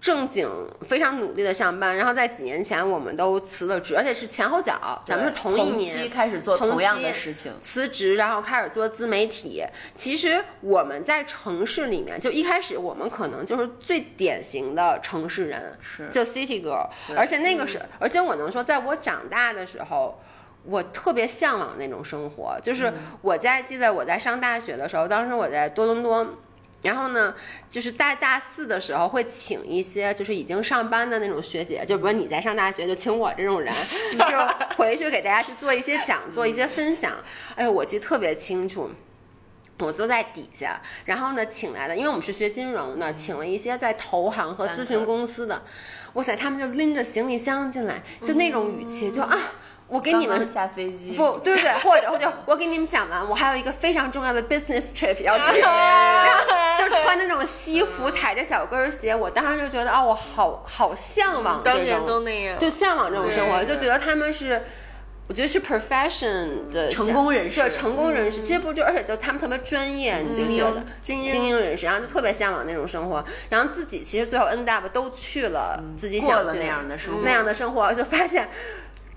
S1: 正经非常努力的上班。然后在几年前，我们都辞了职，而且是前后脚，咱们是
S3: 同
S1: 一年
S3: 期开始做
S1: 同
S3: 同样的
S1: 期
S3: 事情，
S1: 辞职，然后开始做自媒体。其实我们在城市里面，就一开始我们可能就是最典型的城市人，
S3: 是
S1: 就 city girl。而且那个是，而且我能说，在我长大的时候。我特别向往那种生活，就是我在记得我在上大学的时候，当时我在多伦多，然后呢，就是在大四的时候会请一些就是已经上班的那种学姐，就比如你在上大学，就请我这种人，就回去给大家去做一些讲座、一些分享。哎呦，我记得特别清楚。我坐在底下，然后呢，请来的，因为我们是学金融的，请了一些在投行和咨询公司的，哇塞，他们就拎着行李箱进来，就那种语气，就啊，我给你
S3: 刚
S1: 们
S3: 刚下飞机，
S1: 不对对，或者或者我给你们讲完，我还有一个非常重要的 business trip 要 去，
S2: 啊
S1: 然后 就穿着那种西服，踩着小跟儿鞋，我当时就觉得啊，我好好向往这
S2: 当年都
S1: 种，
S2: 那样，
S1: 就向往这种生活，
S2: 对
S1: 就觉得他们是。我觉得是 profession 的
S3: 成功人士嗯
S1: 对成功人士，其实不就，而且就他们特别专业，你觉不
S2: 精
S1: 觉得
S2: 英？精英
S1: 精英人士，然后就特别向往那种生活，然后自己其实最后 end up 都去了自己
S3: 嗯过
S1: 想
S3: 了
S1: 去
S3: 那样的生活，
S1: 那样的生活，就发现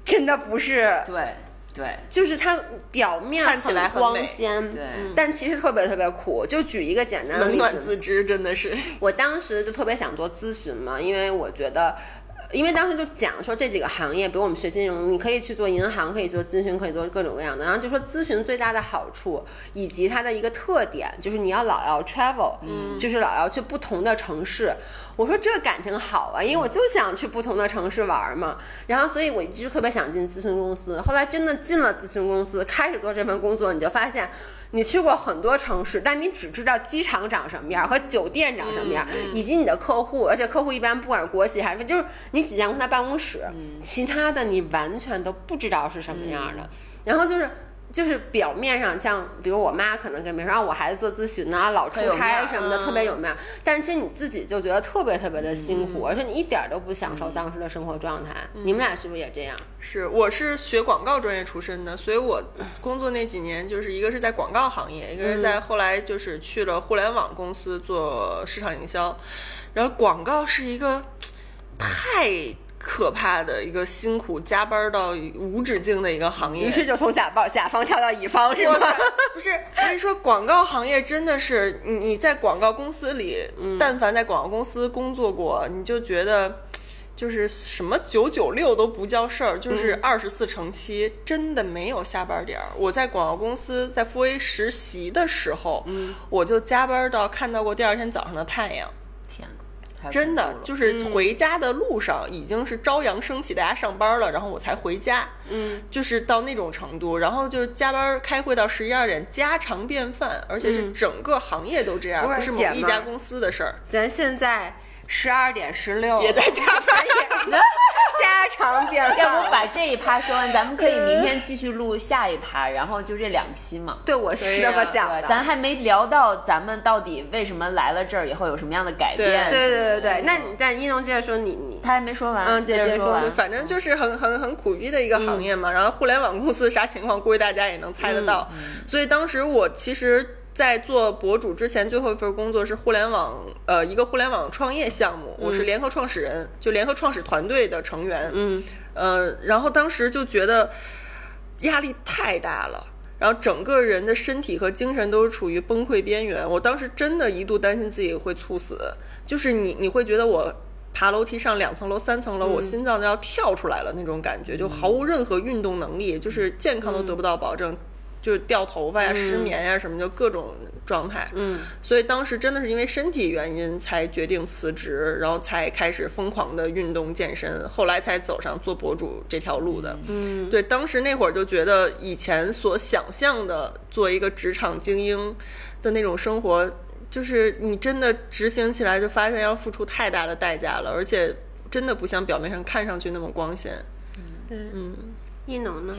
S1: 真的不是
S3: 对对
S1: 就是它表面
S2: 看起来很
S1: 光
S2: 美
S1: 鲜，
S3: 对
S1: 但其实特别特别苦。就举一个简单的
S2: 冷
S1: 例
S2: 暖
S1: 子，
S2: 自知，真的是。
S1: 我当时就特别想做咨询嘛，因为我觉得。呃因为当时就讲说这几个行业，比如我们学金融，你可以去做银行，可以做咨询，可以做各种各样的。然后就说咨询最大的好处以及它的一个特点，就是你要老要 travel，、就是老要去不同的城市。我说这感情好啊，因为我就想去不同的城市玩嘛。然后所以我一直特别想进咨询公司，后来真的进了咨询公司，开始做这份工作，你就发现。你去过很多城市，但你只知道机场长什么样和酒店长什么样，
S2: 嗯
S1: 以及你的客户，而且客户一般不管是国企还是就是你只见
S2: 嗯
S1: 过他办公室，其他的你完全都不知道是什么样的。然后就是就是表面上像，比如我妈可能跟别人说啊，我孩子做咨询啊，老出
S3: 特有面
S1: 差
S3: 儿
S1: 什么的，
S2: 嗯
S1: 特别有面儿。但是其实你自己就觉得特别特别的辛
S2: 嗯
S1: 苦，而且你一点儿都不享受当时的生活状态。你们俩是不是也这样？
S2: 是，我是学广告专业出身的，所以我工作那几年就是一个是在广告行业，一个是在后来就是去了互联网公司做市场营销，然后广告是一个太可怕的一个辛苦加班到无止境的一个行业，
S1: 于是就从甲方甲方跳到乙方，是吗
S2: 哇？塞，不是，我跟你说，广告行业真的是，你你在广告公司里，但凡在广告公司工作过，你就觉得。就是什么九九六都不叫事儿，就是二十四乘七，真的没有下班点儿。我在广告公司在富威实习的时候，我就加班到看到过第二天早上的太阳。
S3: 天哪，太
S2: 真的
S3: 恐怖了
S2: 就是回家的路上已经是朝阳升起，大家上班了，然后我才回家，嗯，就是到那种程度，然后就是加班开会到十一二点，家常便饭，而且是整个行业都这样，
S1: 不是
S2: 不是某
S1: 姐们
S2: 一
S1: 儿
S2: 家公司的事儿，
S1: 咱现在十二点十六
S2: 也在加班。
S1: 家常便饭，
S3: 要不把这一趴说完，咱们可以
S1: 呃
S3: 明天继续录下一趴，然后就这两期嘛。
S1: 对我是
S2: 对
S1: 这
S2: 呀
S1: 么想
S3: 对，
S1: 的。
S3: 咱还没聊到咱们到底为什么来了这儿，以后有什么样的改变。
S1: 对对对对，那你但一农接着说你你
S3: 嗯他还没说完，
S1: 嗯姐
S3: 接
S1: 姐
S3: 着
S1: 说
S3: 完
S1: 对。
S2: 反正就是很很很苦逼的一个行业嘛。然后互联网公司啥情况，估计大家也能猜得到。所以当时我其实。在做博主之前，最后一份工作是互联网，呃，一个互联网创业项目，我是联合创始人，就联合创始团队的成员。嗯，呃，然后当时就觉得压力太大了，然后整个人的身体和精神都是处于崩溃边缘。我当时真的一度担心自己会猝死，就是你你会觉得我爬楼梯上两层楼、三层楼，我心脏都要跳出来了那种感觉，就毫无任何运动能力，就是健康都得不到保证。就是掉头发呀、失眠呀、什么，就各种状态。嗯，所以当时真的是因为身体原因才决定辞职，然后才开始疯狂的运动健身，后来才走上做博主这条路的。嗯，对，当时那会儿就觉得以前所想象的做一个职场精英的那种生活，就是你真的执行起来就发现要付出太大的代价了，而且真的不像表面上看上去那么光鲜。
S1: 嗯
S3: 嗯
S1: 一农呢？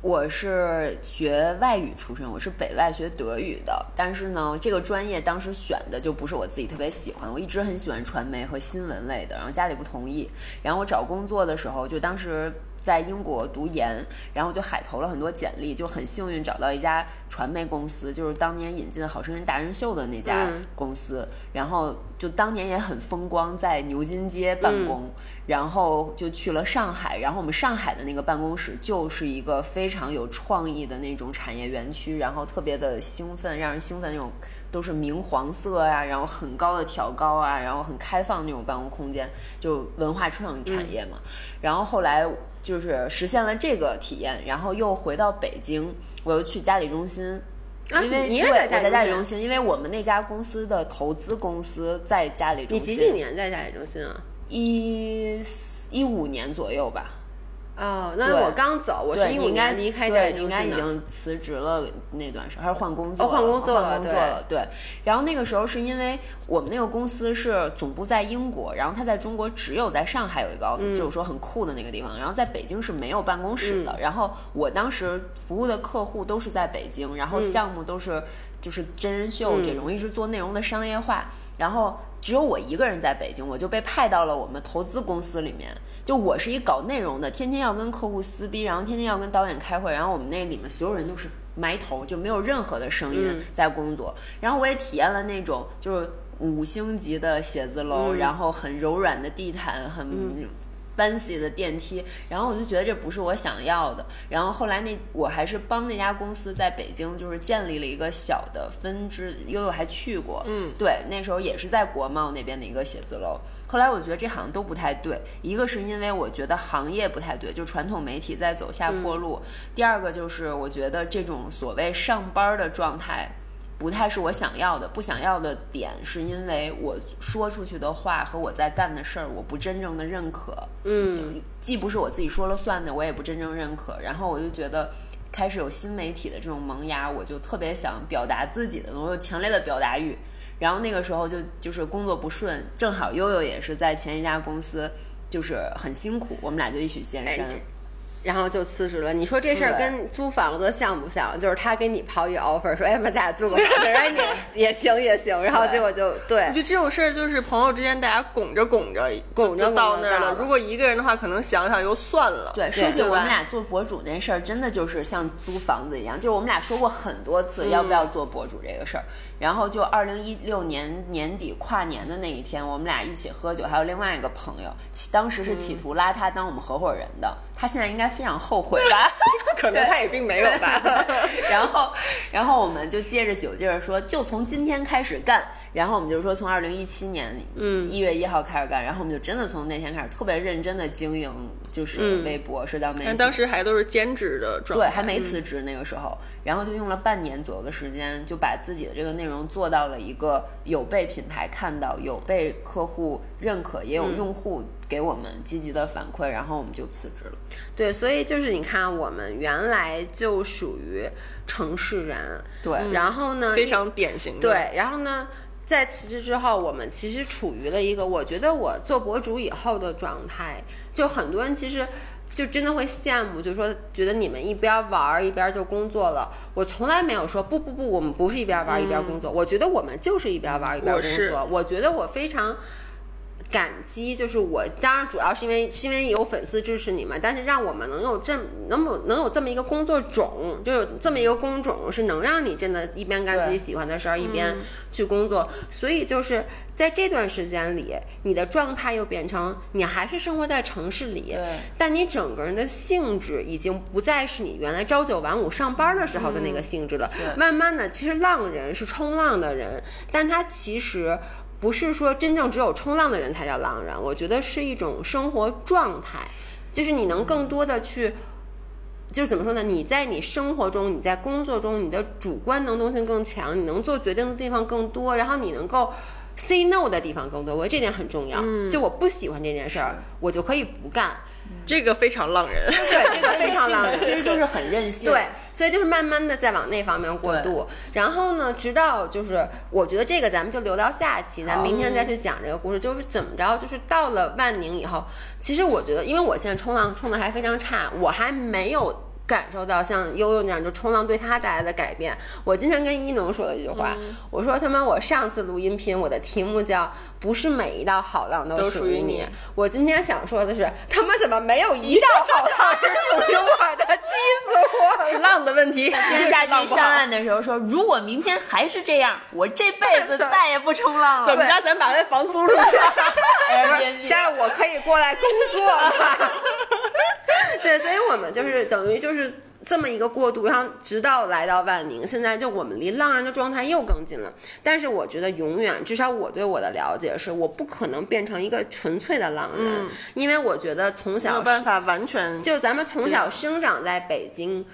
S3: 我是学外语出身，我是北外学德语的，但是呢，这个专业当时选的就不是我自己特别喜欢，我一直很喜欢传媒和新闻类的，然后家里不同意，然后我找工作的时候，就当时在英国读研，然后就海投了很多简历，就很幸运找到一家传媒公司，就是当年引进《好声音达人秀》的那家
S1: 嗯
S3: 公司，然后就当年也很风光，在牛津街办公。然后就去了上海，然后我们上海的那个办公室就是一个非常有创意的那种产业园区，然后特别的兴奋，让人兴奋那种，都是明黄色啊，然后很高的挑高啊，然后很开放那种办公空间，就文化创意产业嘛。然后后来就是实现了这个体验，然后又回到北京，我又去家里中心
S1: 啊
S3: 因为
S1: 你也
S3: 对
S1: 在
S3: 我
S1: 家
S3: 在
S1: 里
S3: 家
S1: 中
S3: 里中
S1: 心啊
S3: 心，因为我们那家公司的投资公司在家里中
S1: 你
S3: 心，
S1: 几几年在家里中心啊？
S3: 一一五年左右吧。
S1: 哦，那
S3: 对
S1: 我刚走，我是
S3: 对，
S1: 一
S3: 你
S1: 五
S3: 应该
S1: 年离开家
S3: 对，
S1: 里
S3: 你
S1: 中
S3: 应该
S1: 心
S3: 已
S1: 的。
S3: 经辞职了那段时候，还是换工作
S1: 哦换工作了
S3: 换工作了。对，然后那个时候是因为我们那个公司是总部在英国，然后它在中国只有在上海有一个 office，、就是说很酷的那个地方，然后在北京是没有办公室的。然后我当时服务的客户都是在北京，然后项目都是就是真人秀这种，一直做内容的商业化，然后。只有我一个人在北京，我就被派到了我们投资公司里面。就我是一搞内容的，天天要跟客户撕逼，然后天天要跟导演开会，然后我们那里面所有人都是埋头，就没有任何的声音在工作。然后我也体验了那种就是五星级的写字楼，然后很柔软的地毯，很 fancy 的电梯，然后我就觉得这不是我想要的。然后后来那我还是帮那家公司在北京就是建立了一个小的分支，悠悠还去过，嗯，对，那时候也是在国贸那边的一个写字楼。后来我觉得这好像都不太对，一个是因为我觉得行业不太对，就传统媒体在走下坡路；第二个就是我觉得这种所谓上班的状态。不太是我想要的，不想要的点是因为我说出去的话和我在干的事儿，我不真正的认可。
S1: 嗯，
S3: 既不是我自己说了算的，我也不真正认可。然后我就觉得开始有新媒体的这种萌芽，我就特别想表达自己的，我有强烈的表达欲。然后那个时候就就是工作不顺，正好悠悠也是在前一家公司，就是很辛苦，我们俩就一起健身。
S1: 然后就辞职了。你说这事儿
S3: 对
S1: 跟租房子像不像？就是他给你抛一 offer 说，哎，咱俩租个房 子，然后你也行也行，然后
S3: 对
S1: 结果就
S2: 我
S1: 对
S2: 觉得这种事儿就是朋友之间大家拱着拱着，
S1: 拱着
S2: 就就到
S1: 拱
S2: 那
S1: 着
S2: 儿
S1: 到
S2: 了。
S1: 了
S2: 如果一个人的话，可能想想又算了。
S3: 对，说起
S2: 对
S3: 我
S2: 吧
S3: 们俩做博主那事儿，真的就是像租房子一样，就是我们俩说过很多
S2: 嗯
S3: 次要不要做博主这个事儿。然后就二零一六年年底跨年的那一天，我们俩一起喝酒，还有另外一个朋友，企当时是
S2: 嗯
S3: 企图拉他当我们合伙人的，他现在应该非常后悔吧。
S1: 可能他也并没有吧。
S3: 然后，然后我们就借着酒劲儿说，就从今天开始干。然后我们就说从二零一七年嗯一月一号开始干，然后我们就真的从那天开始特别认真的经营，就是微博、社交媒
S2: 嗯但
S3: 体。
S2: 当时还都是兼职的状
S3: 对，
S2: 态，
S3: 还没辞职那个时候，然后就用了半年左右的时间，就把自己的这个内容做到了一个有被品牌看到、有被客户认可，也有用户给我们积极的反馈，然后我们就辞职了。
S1: 对，所以就是你看，我们原来就属于城市人，嗯
S3: 对
S1: 然后呢，
S2: 非常典型的。，
S1: 对，然后呢，在辞职之后，我们其实处于了一个我觉得我做博主以后的状态，就很多人其实。就真的会羡慕，就说觉得你们一边玩儿一边就工作了。我从来没有说不不不，我们不是一边玩儿一边工作。我觉得我们就是一边玩儿一边
S2: 嗯我
S1: 工
S2: 是
S1: 作。我觉得我非常感激，就是我当然主要是因为是因为有粉丝支持你们，但是让我们能有这能有能有这么一个工作种，就有这么一个工种是能让你真的一边干自己喜欢的事儿，一边去工作。所以就是在这段时间里，你的状态又变成你还是生活在城市里，但你整个人的性质已经不再是你原来朝九晚五上班的时候的那个性质了。
S3: 对
S1: 慢慢的，其实浪人是冲浪的人，但他其实不是说真正只有冲浪的人才叫浪人，我觉得是一种生活状态，就是你能更多的去。就是怎么说呢？你在你生活中，你在工作中，你的主观能动性更强，你能做决定的地方更多，然后你能够 say no 的地方更多。我觉得这点很重要。就我不喜欢这件事儿，我就可以不干。
S2: 这个非常浪人。
S1: 对，这个非常浪人。
S3: 其实就是很任性。
S1: 对，所以就是慢慢的在往那方面过渡，然后呢，直到就是我觉得这个咱们就留到下期，咱们明天再去讲这个故事，就是怎么着，就是到了万宁以后，其实我觉得，因为我现在冲浪冲的还非常差，我还没有。感受到像悠悠那样，就冲浪对他带来的改变。我今天跟一农说了一句话，我说他妈，我上次录音频，我的题目叫“不是每一道好浪都
S2: 都
S1: 属
S2: 属
S1: 于
S2: 于
S1: 你
S2: 你”，
S1: 我今天想说的是，他妈怎么没有一道好浪是属于我的？气死我了！
S2: 是浪的问 题，
S3: 今天大
S2: 浪
S3: 志
S2: 不
S3: 上
S2: 好。
S3: 岸的时候说，如果明天还是这样，我这辈子再也不冲浪
S2: 怎
S3: 了。
S2: 么着？咱把那房租出去。
S1: 这 样我可以过来工作了。 对，所以我们就是等于就是这么一个过渡，然后直到来到万宁，现在就我们离浪人的状态又更近了。但是我觉得永远，至少我对我的了解是，我不可能变成一个纯粹的浪人，因为我觉得从
S2: 嗯没有
S1: 小
S2: 办法完全
S1: 就是咱们从小生长在北京。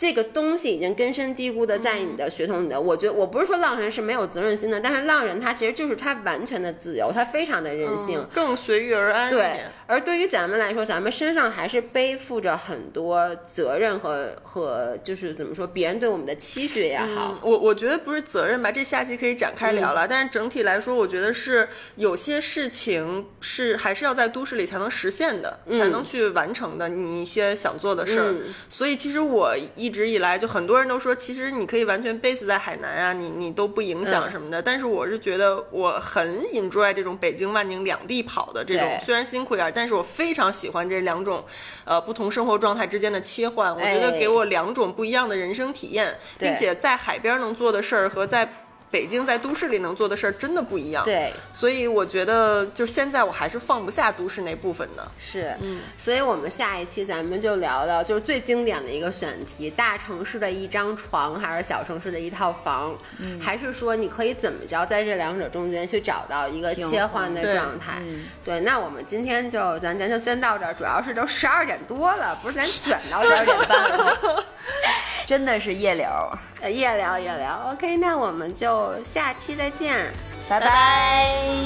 S1: 这个东西已经根深蒂固的在你的血统里的，我觉得我不是说浪人是没有责任心的，但是浪人他其实就是他完全的自由，他非常的任性，
S2: 更随遇而安一
S1: 对
S2: 点。，
S1: 而对于咱们来说，咱们身上还是背负着很多责任和和就是怎么说，别人对我们的期许也好，
S2: 嗯我我觉得不是责任吧，这下期可以展开聊
S1: 嗯
S2: 了。但是整体来说，我觉得是有些事情是还是要在都市里才能实现的，才能去完成的你一些想做的事儿。
S1: 嗯
S2: 所以其实我一直以来就很多人都说，其实你可以完全 base 在海南啊，你你都不影
S1: 嗯
S2: 响什么的。但是我是觉得我很 enjoy 这种北京万宁两地跑的这种
S1: 对，
S2: 虽然辛苦一点，但是我非常喜欢这两种呃不同生活状态之间的切换。我觉得
S1: 哎
S2: 给我两种不一样的人生体验，
S1: 对
S2: 并且在海边能做的事儿和在北京在都市里能做的事儿真的不一样。，
S1: 对，
S2: 所以我觉得就是现在我还是放不下都市那部分的。
S1: 是，
S3: 嗯
S1: 所以我们下一期咱们就聊聊就是最经典的一个选题：大城市的一张床，还是小城市的一套房，
S3: 嗯
S1: 还是说你可以怎么着在这两者中间去找到一个
S3: 平
S1: 切
S3: 衡嗯
S1: 换的
S2: 对
S1: 状态？对，那我们今天就咱咱就先到这儿，主要是都十二点多了，不是咱卷到十
S3: 十
S1: 二
S3: 二
S1: 点
S3: 点
S1: 半
S3: 半 了，真的是夜哦聊。
S1: 呃，夜聊夜聊。OK，那我们就下期再见。
S3: 拜拜